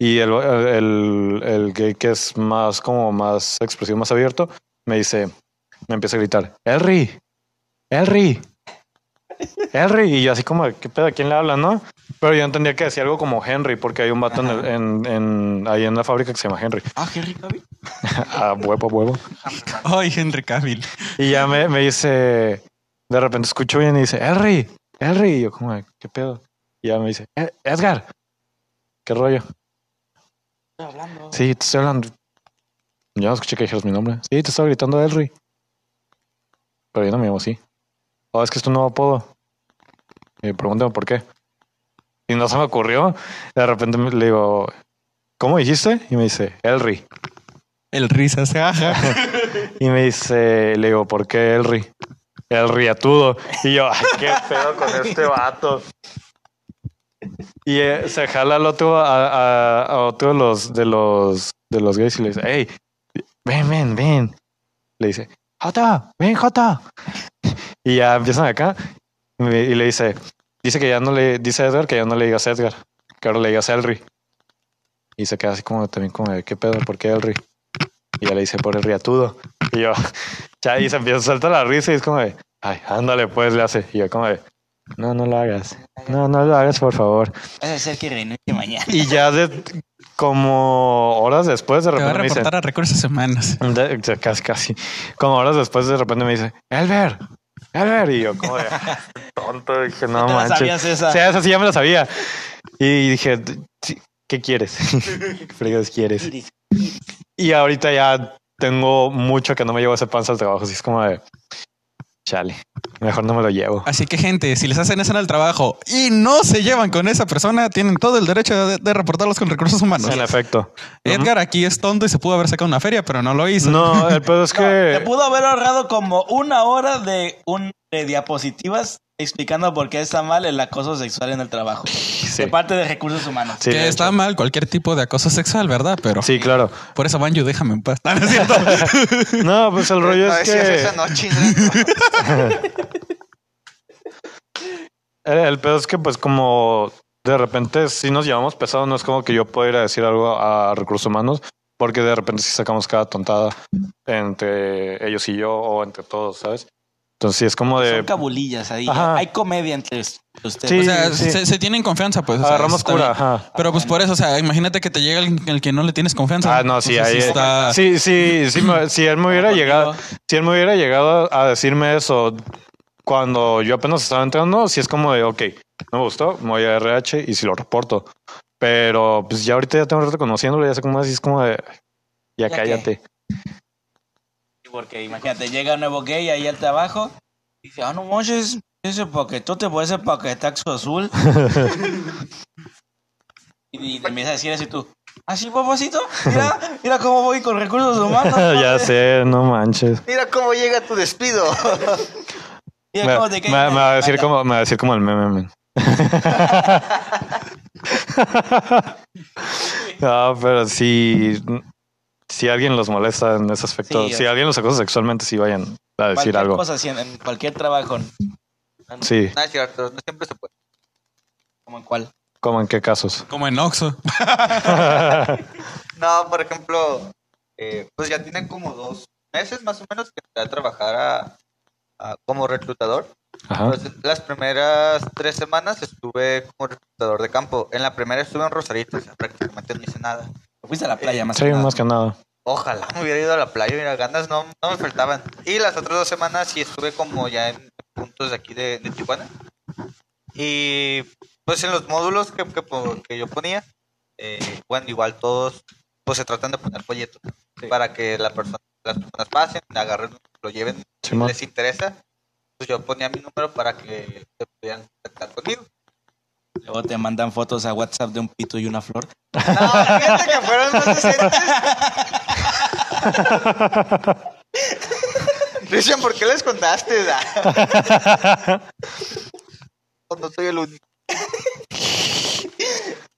Speaker 2: Y el, el, el gay que es más como más expresivo, más abierto, me dice, me empieza a gritar, Elri, Elri, Henry, y yo así como, ¿qué pedo? ¿A quién le habla, no? Pero yo entendía que decía algo como Henry, porque hay un vato en, el- en- en- ahí en la fábrica que se llama Henry.
Speaker 3: Ah, qué rico,
Speaker 2: *laughs*
Speaker 3: vi.
Speaker 2: A huevo, a huevo.
Speaker 1: Ay, Henry Cavill.
Speaker 2: Y ya me, me dice, de repente escucho bien y dice, Henry, Henry. Y yo como, ¿qué pedo? Y ya me dice, "Eh, Edgar, ¿qué rollo?
Speaker 3: hablando.
Speaker 2: Sí, te estoy hablando. Yo no escuché que dijeras mi nombre. Sí, te estaba gritando Elry. Pero yo no me llamo así. Oh, es que es tu nuevo apodo. Y pregúntame por qué. Y no se me ocurrió. De repente me- le digo, ¿cómo dijiste? Y me dice, Elry.
Speaker 1: El risas,
Speaker 2: *laughs*
Speaker 1: jaja.
Speaker 2: Y me dice, le digo, ¿por qué Elry? El riatudo. Y yo, ay, qué pedo con este vato. Y eh, se jala al otro, a, a- a otro de los, de los, de los gays y le dice, hey, ven, ven, ven. Le dice, Jota, ven, Jota. Y ya empiezan acá. Y me- y le dice, dice que ya no le, dice Edgar que ya no le digas Edgar, que ahora le digas Elry. Y se queda así como también como, de, ¿qué pedo? ¿Por qué Elry? Y ya le dice, por el riatudo. Y yo, *laughs* ya, y se empieza a saltar la risa y es como de, ay, ándale, pues le hace. Y yo, como de, no, no lo hagas. No, no lo hagas, por favor.
Speaker 3: Vas a ser que renuncie mañana.
Speaker 2: Y ya de, como horas después, de
Speaker 1: Te va a
Speaker 2: repente me dice,
Speaker 1: reportar a recursos semanas.
Speaker 2: de- de- casi, casi, como horas después, de repente me dice, Elber, Elber. Y yo, como de, tonto, dije, no
Speaker 3: Te la
Speaker 2: manches.
Speaker 3: sabías esa.
Speaker 2: O sea, esa sí ya me la sabía. Y dije, "Sí, ¿qué quieres? *laughs* ¿Qué fregados quieres?
Speaker 3: Iris.
Speaker 2: Y ahorita ya tengo mucho que no me llevo ese panza al trabajo. Así es como de, chale, mejor no me lo llevo.
Speaker 1: Así que, gente, si les hacen eso en el trabajo y no se llevan con esa persona, tienen todo el derecho de, de reportarlos con recursos humanos.
Speaker 2: En efecto.
Speaker 1: Edgar aquí es tonto y se pudo haber sacado una feria, pero no lo hizo.
Speaker 2: No, el pedo es
Speaker 3: Te
Speaker 2: que.
Speaker 3: pudo haber ahorrado como una hora de, un, de diapositivas explicando por qué está mal el acoso sexual en el trabajo.
Speaker 2: Sí,
Speaker 3: De parte de recursos humanos.
Speaker 2: sí,
Speaker 1: que
Speaker 2: de
Speaker 1: está
Speaker 2: hecho.
Speaker 1: mal cualquier tipo de acoso sexual, ¿verdad? Pero
Speaker 2: Sí, claro.
Speaker 1: por eso, Banjo, déjame en paz. *laughs* No, no es cierto.
Speaker 2: No, pues el rollo
Speaker 4: no *laughs*
Speaker 2: es
Speaker 4: decías
Speaker 2: que.
Speaker 4: eso, no, chinga.
Speaker 2: El, el pedo es que, pues, como de repente si nos llevamos pesado, no es como que yo pueda ir a decir algo a recursos humanos, porque de repente si sacamos cada tontada entre ellos y yo o entre todos, ¿sabes? Entonces, sí es como de.
Speaker 3: Pues Son cabulillas ahí. ¿eh?
Speaker 2: Ajá.
Speaker 3: Hay comedia entre us-
Speaker 2: *laughs*
Speaker 3: ustedes.
Speaker 2: Sí,
Speaker 1: O sea,
Speaker 2: sí.
Speaker 1: se, se tienen confianza, pues. o sea,
Speaker 2: Agarramos
Speaker 1: está
Speaker 2: cura.
Speaker 1: bien.
Speaker 2: ajá.
Speaker 1: Pero pues por eso, o sea, imagínate que te llega alguien en el que no le tienes confianza.
Speaker 2: Ah, no, sí,
Speaker 1: O sea,
Speaker 2: ahí.
Speaker 1: está-
Speaker 2: Sí, sí, sí, me- si él me hubiera
Speaker 3: Contigo.
Speaker 2: llegado, si él me hubiera llegado a decirme eso cuando yo apenas estaba entrando, si es como de, ok, no me gustó, me voy a RH y si lo reporto. Pero pues ya ahorita ya tengo un rato conociéndolo, ya sé cómo es, y es como de, ya,
Speaker 3: Ya
Speaker 2: cállate.
Speaker 3: Porque imagínate, llega un nuevo gay ahí al trabajo y dice, ah, no manches, ese paquetote puede ser paquetaxo azul. *laughs* y, y te empieza a decir así tú, así papacito, mira, mira cómo voy con recursos
Speaker 2: *laughs* *laughs*
Speaker 3: humanos.
Speaker 2: ya
Speaker 3: padre.
Speaker 2: sé, no manches.
Speaker 4: Mira cómo llega tu despido.
Speaker 3: Mira
Speaker 2: Me,
Speaker 3: cómo te cae
Speaker 2: me-
Speaker 3: la
Speaker 2: me va a decir
Speaker 3: espalda.
Speaker 2: como, me va a decir como el meme,
Speaker 3: *laughs*
Speaker 2: men. no, pero si, si alguien los molesta en ese aspecto,
Speaker 3: Sí, o
Speaker 2: si
Speaker 3: sea.
Speaker 2: alguien los acosa sexualmente, sí vayan a decir
Speaker 3: cualquier
Speaker 2: algo.
Speaker 3: cosa, si en, en cualquier trabajo. ¿no?
Speaker 2: Sí,
Speaker 4: Nada es cierto, *laughs* no siempre se puede.
Speaker 3: ¿Como en cuál?
Speaker 2: ¿cómo en qué casos?
Speaker 1: Como en Oxxo.
Speaker 4: No, por ejemplo, eh, pues ya tienen como dos meses más o menos que entré a trabajar a- a- como reclutador.
Speaker 2: Ajá.
Speaker 4: Pues, las primeras tres semanas estuve como reclutador de campo. En la primera estuve en Rosarito, o sea, prácticamente no hice nada.
Speaker 3: Fuiste a la playa más
Speaker 2: Eh, Sí,
Speaker 3: que nada.
Speaker 2: más que nada.
Speaker 4: Ojalá me hubiera ido a la playa, mira, ganas no, no me faltaban. Y las otras dos semanas sí estuve como ya en puntos de aquí de, de Tijuana. Y pues en los módulos que, que, po- que yo ponía, eh, bueno, igual todos pues se tratan de poner folletos para que la persona, las personas pasen, agarren, lo lleven, si
Speaker 2: Simón.
Speaker 4: les interesa. Pues yo ponía mi número para que se pudieran contactar conmigo.
Speaker 3: Luego te mandan fotos a WhatsApp de un pito y una flor.
Speaker 4: No, fíjate que fueron más *laughs* decentes. Cristian, ¿por qué les contaste? O no soy el único.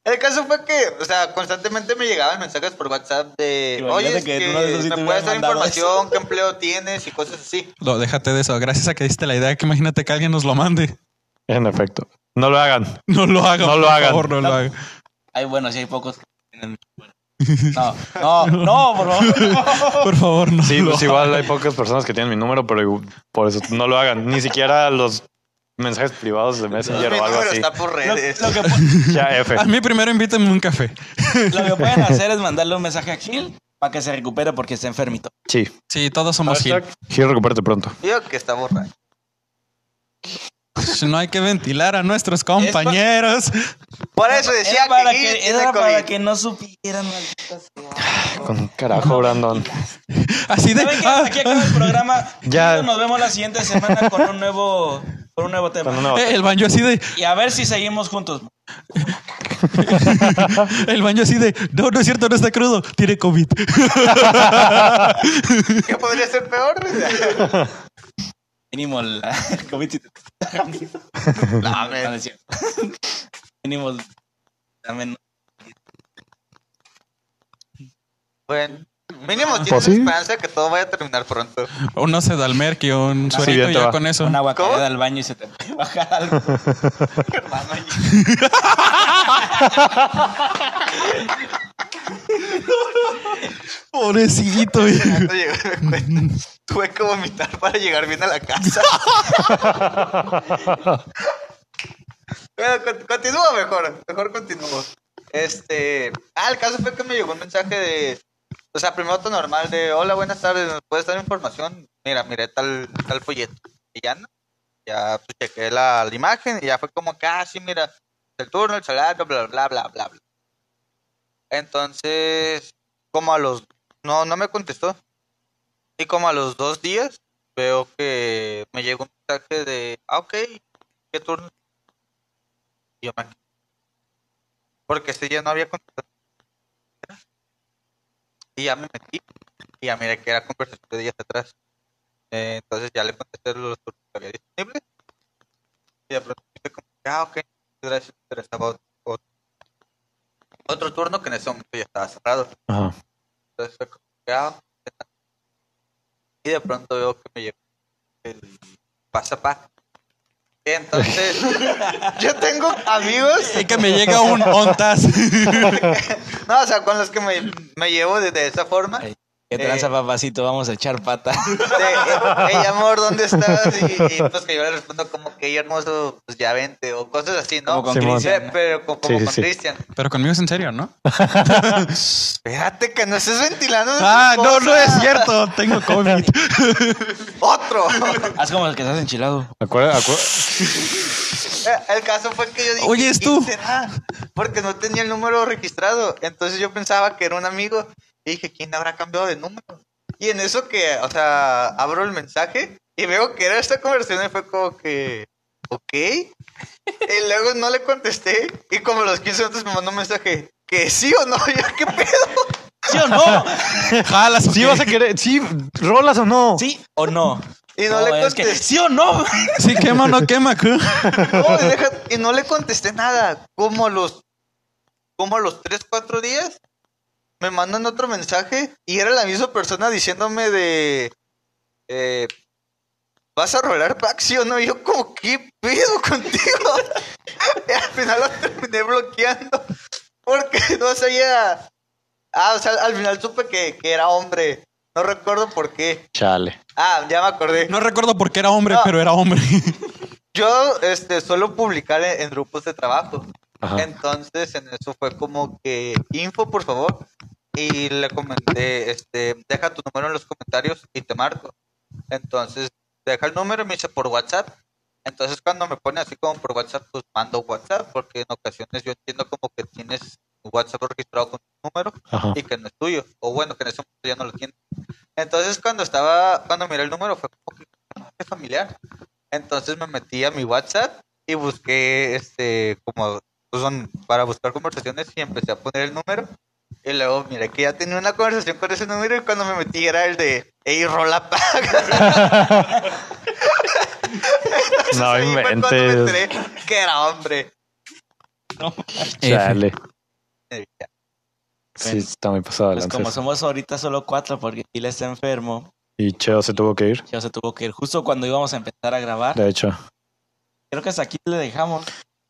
Speaker 4: El caso fue que, o sea, constantemente me llegaban mensajes por WhatsApp de,
Speaker 3: Imagínate
Speaker 4: oye, es
Speaker 3: que
Speaker 4: que
Speaker 3: en uno de esos sí te
Speaker 4: me
Speaker 3: hubieran
Speaker 4: puedes dar
Speaker 3: mandado
Speaker 4: información, qué empleo tienes y cosas así.
Speaker 1: No, déjate de eso. Gracias a que diste la idea, que imagínate que alguien nos lo mande. *laughs*
Speaker 2: En efecto. No lo hagan.
Speaker 1: No lo hagan.
Speaker 2: No lo
Speaker 1: por
Speaker 2: hagan.
Speaker 1: favor, no lo hagan.
Speaker 3: Ay, bueno, sí hay pocos que
Speaker 2: *laughs*
Speaker 3: tienen. No, no, no, por favor.
Speaker 1: *laughs* Por favor, no.
Speaker 2: Sí,
Speaker 1: lo
Speaker 3: *laughs*
Speaker 2: pues igual hay pocas personas que tienen mi número, pero igu- por eso no lo hagan. Ni siquiera los mensajes privados de
Speaker 4: Mi
Speaker 2: Messenger o algo
Speaker 4: número
Speaker 2: así.
Speaker 4: está por
Speaker 3: Lo,
Speaker 4: redes.
Speaker 3: lo que, pu-
Speaker 2: Ya,
Speaker 3: *laughs*
Speaker 2: F.
Speaker 1: hagan. A mí primero invítame un café.
Speaker 3: lo que pueden hacer es mandarle un mensaje a Gil para que se recupere porque está enfermito.
Speaker 2: Sí.
Speaker 1: Sí, todos somos Gil.
Speaker 2: Hashtag, Gil, recupérate pronto.
Speaker 4: Digo que está borracho.
Speaker 1: No hay que ventilar a nuestros compañeros.
Speaker 4: Por eso decía
Speaker 3: Era para
Speaker 4: que, Gil
Speaker 3: que,
Speaker 4: tiene
Speaker 3: era para
Speaker 4: COVID.
Speaker 3: que no supieran, maldita
Speaker 2: *laughs*
Speaker 3: sea.
Speaker 2: Con carajo, Brandon.
Speaker 1: Así de.
Speaker 3: ¿Saben qué?
Speaker 1: ah,
Speaker 3: Hasta aquí acaba el programa.
Speaker 2: Ya.
Speaker 3: Nos vemos la siguiente semana con un nuevo, con un nuevo tema.
Speaker 2: Con una
Speaker 1: eh, *laughs* el baño así de.
Speaker 3: Y a ver si seguimos juntos.
Speaker 1: El baño así de. No, no es cierto, no está crudo. Tiene COVID. *laughs*
Speaker 4: ¿Qué podría ser peor?
Speaker 3: *laughs* Mínimo la- el *laughs* COVID si te está jodido. No, no es cierto. *laughs* Mínimo también
Speaker 4: Bueno, mínimo tienes
Speaker 2: Pues sí.
Speaker 4: esperanza de que todo vaya a terminar pronto.
Speaker 1: Uno se da al merquio, un suerito
Speaker 2: bien te
Speaker 1: ya
Speaker 2: va.
Speaker 1: con eso.
Speaker 3: un agua
Speaker 4: ¿Cómo?
Speaker 3: caída al baño y se te puede bajar
Speaker 4: *laughs*
Speaker 3: algo.
Speaker 1: Pobrecito. *laughs*
Speaker 4: *laughs*
Speaker 1: hijo.
Speaker 4: Cuando llegué, me cuenta. Tuve que vomitar para llegar bien a la casa. Bueno, con- continúo mejor, mejor continúo. Este, ah, el caso fue que me llegó un mensaje de, o sea, primero todo normal de, hola, buenas tardes, ¿nos puedes dar información? Mira, miré tal, tal folleto. Y ya, ¿no? ya pues, chequé la, la imagen y ya fue como casi, mira, el turno, el salario, bla, bla, bla, bla, bla. Entonces, como a los, no, no me contestó. Y como a los dos días, veo que me llegó un mensaje de, ah, ok, ¿qué turno? Y yo me quedé. Porque este ya no había contestado. Y ya me metí. Y ya miré que era conversación de días atrás. Eh, entonces ya le contesté los turnos que había disponibles. Y de pronto dije como, que, ah, ok, gracias, me interesaba otro, otro- otro turno que en ese momento ya estaba cerrado.
Speaker 2: Ajá.
Speaker 4: Entonces fue como que, ah, ¿qué tal? Y de pronto veo que me llegó el pasapá. Entonces, *laughs* yo tengo amigos
Speaker 1: Y que me llega un ontas. *laughs*
Speaker 4: No, o sea, con los que me, me llevo de, de esa forma.
Speaker 3: Ay,
Speaker 4: De,
Speaker 3: ¿Qué tranza, papacito? Vamos a echar
Speaker 4: *laughs*
Speaker 3: pata.
Speaker 4: eh, hey, amor, ¿dónde estás? Y, y, pues que yo le respondo como que "Ey, hermoso, pues ya vente, o cosas así, ¿no?
Speaker 3: Como con
Speaker 2: Simón.
Speaker 4: Pe-
Speaker 3: Cristian.
Speaker 4: Pero co-
Speaker 2: Sí,
Speaker 4: como
Speaker 2: sí,
Speaker 4: con
Speaker 2: sí.
Speaker 4: Cristian.
Speaker 1: Pero conmigo es en serio, ¿no?
Speaker 4: Espérate, que no estés ventilando.
Speaker 1: Ah, no,
Speaker 4: nuestras
Speaker 1: no es
Speaker 4: cosas.
Speaker 1: cierto. Tengo
Speaker 3: *laughs*
Speaker 1: COVID.
Speaker 4: Otro.
Speaker 3: Haz como el que estás enchilado.
Speaker 2: Acuerda, acuer-
Speaker 4: Eh, El caso fue que yo dije.
Speaker 1: Oye, ¿es
Speaker 4: "¿Quién
Speaker 1: tú?"
Speaker 4: será? Porque no tenía el número registrado. Entonces yo pensaba que era un amigo. Y dije, ¿quién habrá cambiado de número? Y en eso que, o sea, abro el mensaje y veo que era esta conversación y fue como que, ok. Y luego no le contesté. Y como a los 15 minutos me mandó un mensaje. Que sí o no, *laughs* yo qué pedo.
Speaker 3: ¿Sí o no?
Speaker 1: Jalas.
Speaker 2: Sí, vas a querer. Sí, rolas o no.
Speaker 3: ¿Sí o no?
Speaker 4: Y no,
Speaker 3: es
Speaker 4: le contesté.
Speaker 3: que, Pues ¿Sí o no?
Speaker 1: Sí, quema o no quema. cu.
Speaker 4: No, y deja- y no le contesté nada. Como a los, como a los 3, 4 días, me mandan otro mensaje y era la misma persona diciéndome de... eh, ¿vas a rolar pack, sí o no? Y yo, como, ¿qué pedo contigo? *laughs* y al final lo terminé bloqueando porque no sabía. Ah, o sea, al final supe que, que era hombre. No recuerdo por qué.
Speaker 2: Chale.
Speaker 4: Ah, ya me acordé.
Speaker 1: No recuerdo por qué era hombre,
Speaker 4: No.
Speaker 1: pero era hombre. *laughs*
Speaker 4: Yo este, suelo publicar en, en grupos de trabajo.
Speaker 2: Ajá.
Speaker 4: Entonces, en eso fue como que info, por favor. Y le comenté, este, deja tu número en los comentarios y te marco. Entonces, deja el número y me dice por WhatsApp. Entonces, cuando me pone así como por WhatsApp, pues mando WhatsApp, porque en ocasiones yo entiendo como que tienes WhatsApp registrado con tu número
Speaker 2: Ajá.
Speaker 4: y que no es tuyo. O bueno, que en ese momento ya no lo tiene. Entonces, cuando estaba, cuando miré el número, fue como que "Ah, qué familiar. Entonces me metí a mi WhatsApp y busqué, este, como, pues, son para buscar conversaciones y empecé a poner el número. Y luego miré que ya tenía una conversación con ese número y cuando me metí era el de, hey, rola paga. Entonces, *laughs*
Speaker 2: No
Speaker 4: ahí fue cuando me
Speaker 2: inventes.
Speaker 4: enteré que era hombre.
Speaker 2: Chale.
Speaker 4: Eh, ya.
Speaker 2: Sí, está muy pasado de
Speaker 3: Pues
Speaker 2: lanza
Speaker 3: como
Speaker 2: eso.
Speaker 3: somos ahorita solo cuatro, porque Gil está enfermo,
Speaker 2: Y Cheo se tuvo que ir.
Speaker 3: ya se tuvo que ir justo cuando íbamos a empezar a grabar.
Speaker 2: De hecho.
Speaker 3: Creo que hasta aquí le dejamos.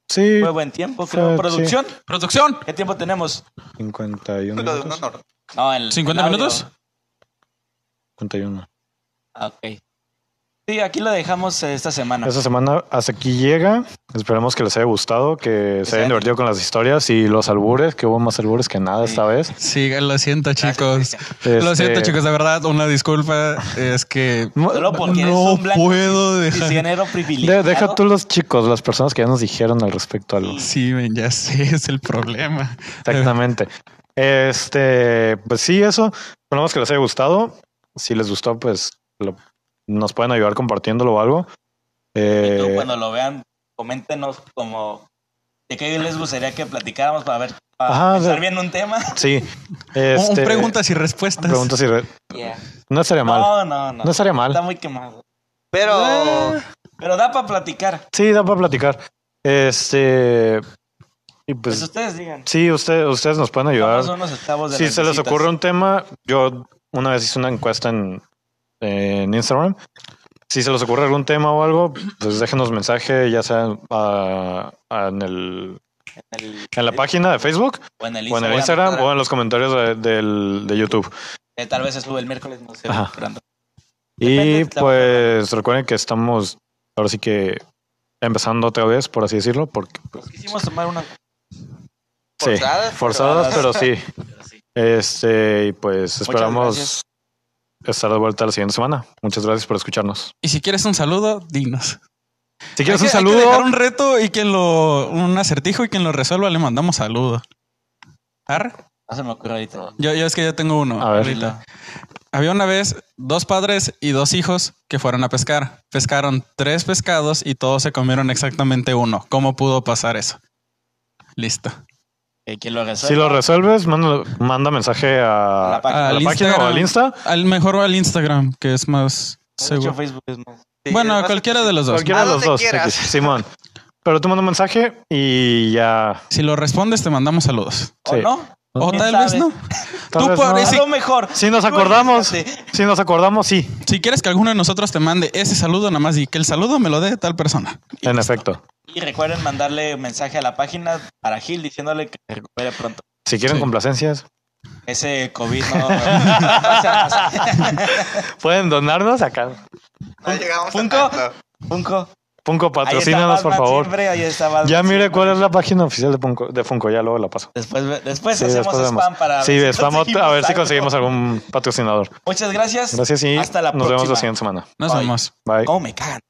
Speaker 2: Sí.
Speaker 3: Fue buen tiempo, creo.
Speaker 2: Sí.
Speaker 3: ¿Producción?
Speaker 1: Producción.
Speaker 3: ¿Qué tiempo tenemos?
Speaker 2: 51
Speaker 4: Lo de un
Speaker 2: minutos.
Speaker 4: honor.
Speaker 3: No, el,
Speaker 1: ¿50
Speaker 3: el audio.
Speaker 1: minutos?
Speaker 2: 51.
Speaker 3: Ah, Ok. Sí, aquí lo dejamos eh, esta semana.
Speaker 2: Esta semana hasta aquí llega. Esperemos que les haya gustado, que se
Speaker 3: sea-
Speaker 2: hayan divertido con las historias y los albures, que hubo más albures que nada esta vez.
Speaker 1: Sí, lo siento, chicos. Lo
Speaker 2: Este-
Speaker 1: siento, chicos, de verdad, una disculpa. Es que
Speaker 3: Solo porque eres
Speaker 1: no
Speaker 3: un blanco
Speaker 1: puedo dejar.
Speaker 3: prisionero
Speaker 2: De-
Speaker 3: privilegiado.
Speaker 2: deja tú los chicos, las personas que ya nos dijeron al respecto algo.
Speaker 1: Sí, men, ya sé, *laughs* es el problema.
Speaker 2: Exactamente. Este, pues sí, eso. Esperamos que les haya gustado. Si les gustó, pues lo- nos pueden ayudar compartiéndolo o algo. Eh,
Speaker 3: YouTube, cuando lo vean, coméntenos como de qué les gustaría que platicáramos para ver para
Speaker 2: Ajá,
Speaker 3: pensar
Speaker 2: de-
Speaker 3: bien un tema.
Speaker 2: sí.
Speaker 1: Un-
Speaker 2: Este,
Speaker 1: preguntas y respuestas.
Speaker 2: preguntas y re- no estaría mal.
Speaker 3: No, no, no.
Speaker 2: No estaría mal.
Speaker 3: Está muy quemado.
Speaker 4: Pero...
Speaker 3: Pero da para platicar.
Speaker 2: Sí, da para platicar. Este. Y
Speaker 3: Pues,
Speaker 2: pues,
Speaker 3: ustedes digan.
Speaker 2: sí, usted, ustedes nos pueden ayudar.
Speaker 3: Somos unos esclavos de
Speaker 2: Si
Speaker 3: las
Speaker 2: se les
Speaker 3: visitas.
Speaker 2: ocurre un tema, yo una vez hice una encuesta en, en Instagram. Si se les ocurre algún tema o algo, pues déjenos mensaje, ya sea ah, ah, en, el,
Speaker 3: en, el,
Speaker 2: en la página de Facebook
Speaker 3: o en el
Speaker 2: o en el Instagram o en los comentarios de, del- de YouTube.
Speaker 3: que Eh, tal vez estuve el miércoles, no sé.
Speaker 2: Ajá.
Speaker 3: esperando.
Speaker 2: Y
Speaker 3: Depende de la-
Speaker 2: pues recuerden que estamos ahora sí que empezando otra vez, por así decirlo, porque
Speaker 3: Nos Pues quisimos tomar una.
Speaker 2: sí,
Speaker 4: Forzadas,
Speaker 2: forzadas, pero
Speaker 3: *laughs*
Speaker 4: pero-
Speaker 2: sí.
Speaker 3: sí.
Speaker 2: Este, y pues
Speaker 3: gracias.
Speaker 2: esperamos estar de vuelta la siguiente semana. Muchas gracias por escucharnos.
Speaker 1: Y si quieres un saludo, dinos.
Speaker 2: Si quieres
Speaker 1: Hay
Speaker 2: un
Speaker 1: que- hay que
Speaker 2: saludo,
Speaker 1: dejar un reto y quien lo. Un acertijo y quien lo resuelva le mandamos saludo. Arre.
Speaker 3: No se me ocurre ahorita.
Speaker 1: Yo, yo es que yo tengo uno.
Speaker 2: A ver.
Speaker 1: ahorita. Había una vez dos padres y dos hijos que fueron a pescar. Pescaron tres pescados y todos se comieron exactamente uno. ¿Cómo pudo pasar eso? Listo.
Speaker 3: eh, Que quien lo resuelva.
Speaker 2: si lo resuelves, manda, manda mensaje a,
Speaker 3: La página.
Speaker 2: a la
Speaker 1: Al
Speaker 2: página o
Speaker 1: Instagram.
Speaker 2: al Insta.
Speaker 1: Al mejor al Instagram, que es más
Speaker 3: De hecho,
Speaker 1: seguro.
Speaker 3: Facebook es más.
Speaker 4: Sí,
Speaker 1: bueno,
Speaker 4: es más-
Speaker 1: cualquiera de los dos.
Speaker 2: Cualquiera
Speaker 4: A
Speaker 2: de los
Speaker 4: donde
Speaker 2: dos,
Speaker 4: quieras.
Speaker 2: X, Simón. Pero tú manda un mensaje y ya.
Speaker 1: Si lo respondes, te mandamos saludos.
Speaker 3: ¿O
Speaker 2: Sí.
Speaker 3: no?
Speaker 1: O
Speaker 3: ¿Quién
Speaker 1: tal
Speaker 3: sabe?
Speaker 1: vez no.
Speaker 2: Tal
Speaker 1: Tú
Speaker 2: vez no.
Speaker 1: pobre,
Speaker 3: A
Speaker 1: sí.
Speaker 3: lo mejor.
Speaker 2: Si nos acordamos,
Speaker 3: Sí.
Speaker 2: si nos acordamos, sí,
Speaker 1: Si quieres que alguno de nosotros te mande ese saludo, nada más y que el saludo me lo dé tal persona. Y
Speaker 2: en
Speaker 1: listo.
Speaker 2: efecto.
Speaker 3: Y recuerden mandarle mensaje a la página para Gil diciéndole que se recupere pronto.
Speaker 2: Si quieren
Speaker 1: Sí.
Speaker 2: complacencias,
Speaker 3: Ese COVID no. *laughs* pasa
Speaker 2: pueden donarnos acá.
Speaker 4: No llegamos
Speaker 3: Funko.
Speaker 4: a tanto.
Speaker 3: Punco.
Speaker 2: Punco,
Speaker 3: Ahí está
Speaker 2: patrocínanos, por
Speaker 3: Batman
Speaker 2: favor.
Speaker 3: siempre, ahí está Batman
Speaker 2: Ya mire
Speaker 3: siempre.
Speaker 2: cuál es la página oficial de Funko, de Funko, ya luego la paso.
Speaker 3: Después, ve- después
Speaker 2: Sí,
Speaker 3: hacemos
Speaker 2: después vemos.
Speaker 3: spam para.
Speaker 2: Sí,
Speaker 3: ver si
Speaker 2: spam,
Speaker 3: conseguimos
Speaker 2: a ver si
Speaker 3: algo.
Speaker 2: conseguimos algún patrocinador.
Speaker 3: Muchas gracias.
Speaker 2: Gracias y
Speaker 3: Hasta la
Speaker 2: nos vemos la
Speaker 3: próxima.
Speaker 2: siguiente semana.
Speaker 1: Nos
Speaker 3: Bye.
Speaker 1: vemos.
Speaker 2: Bye.
Speaker 3: ¿Cómo me cagan?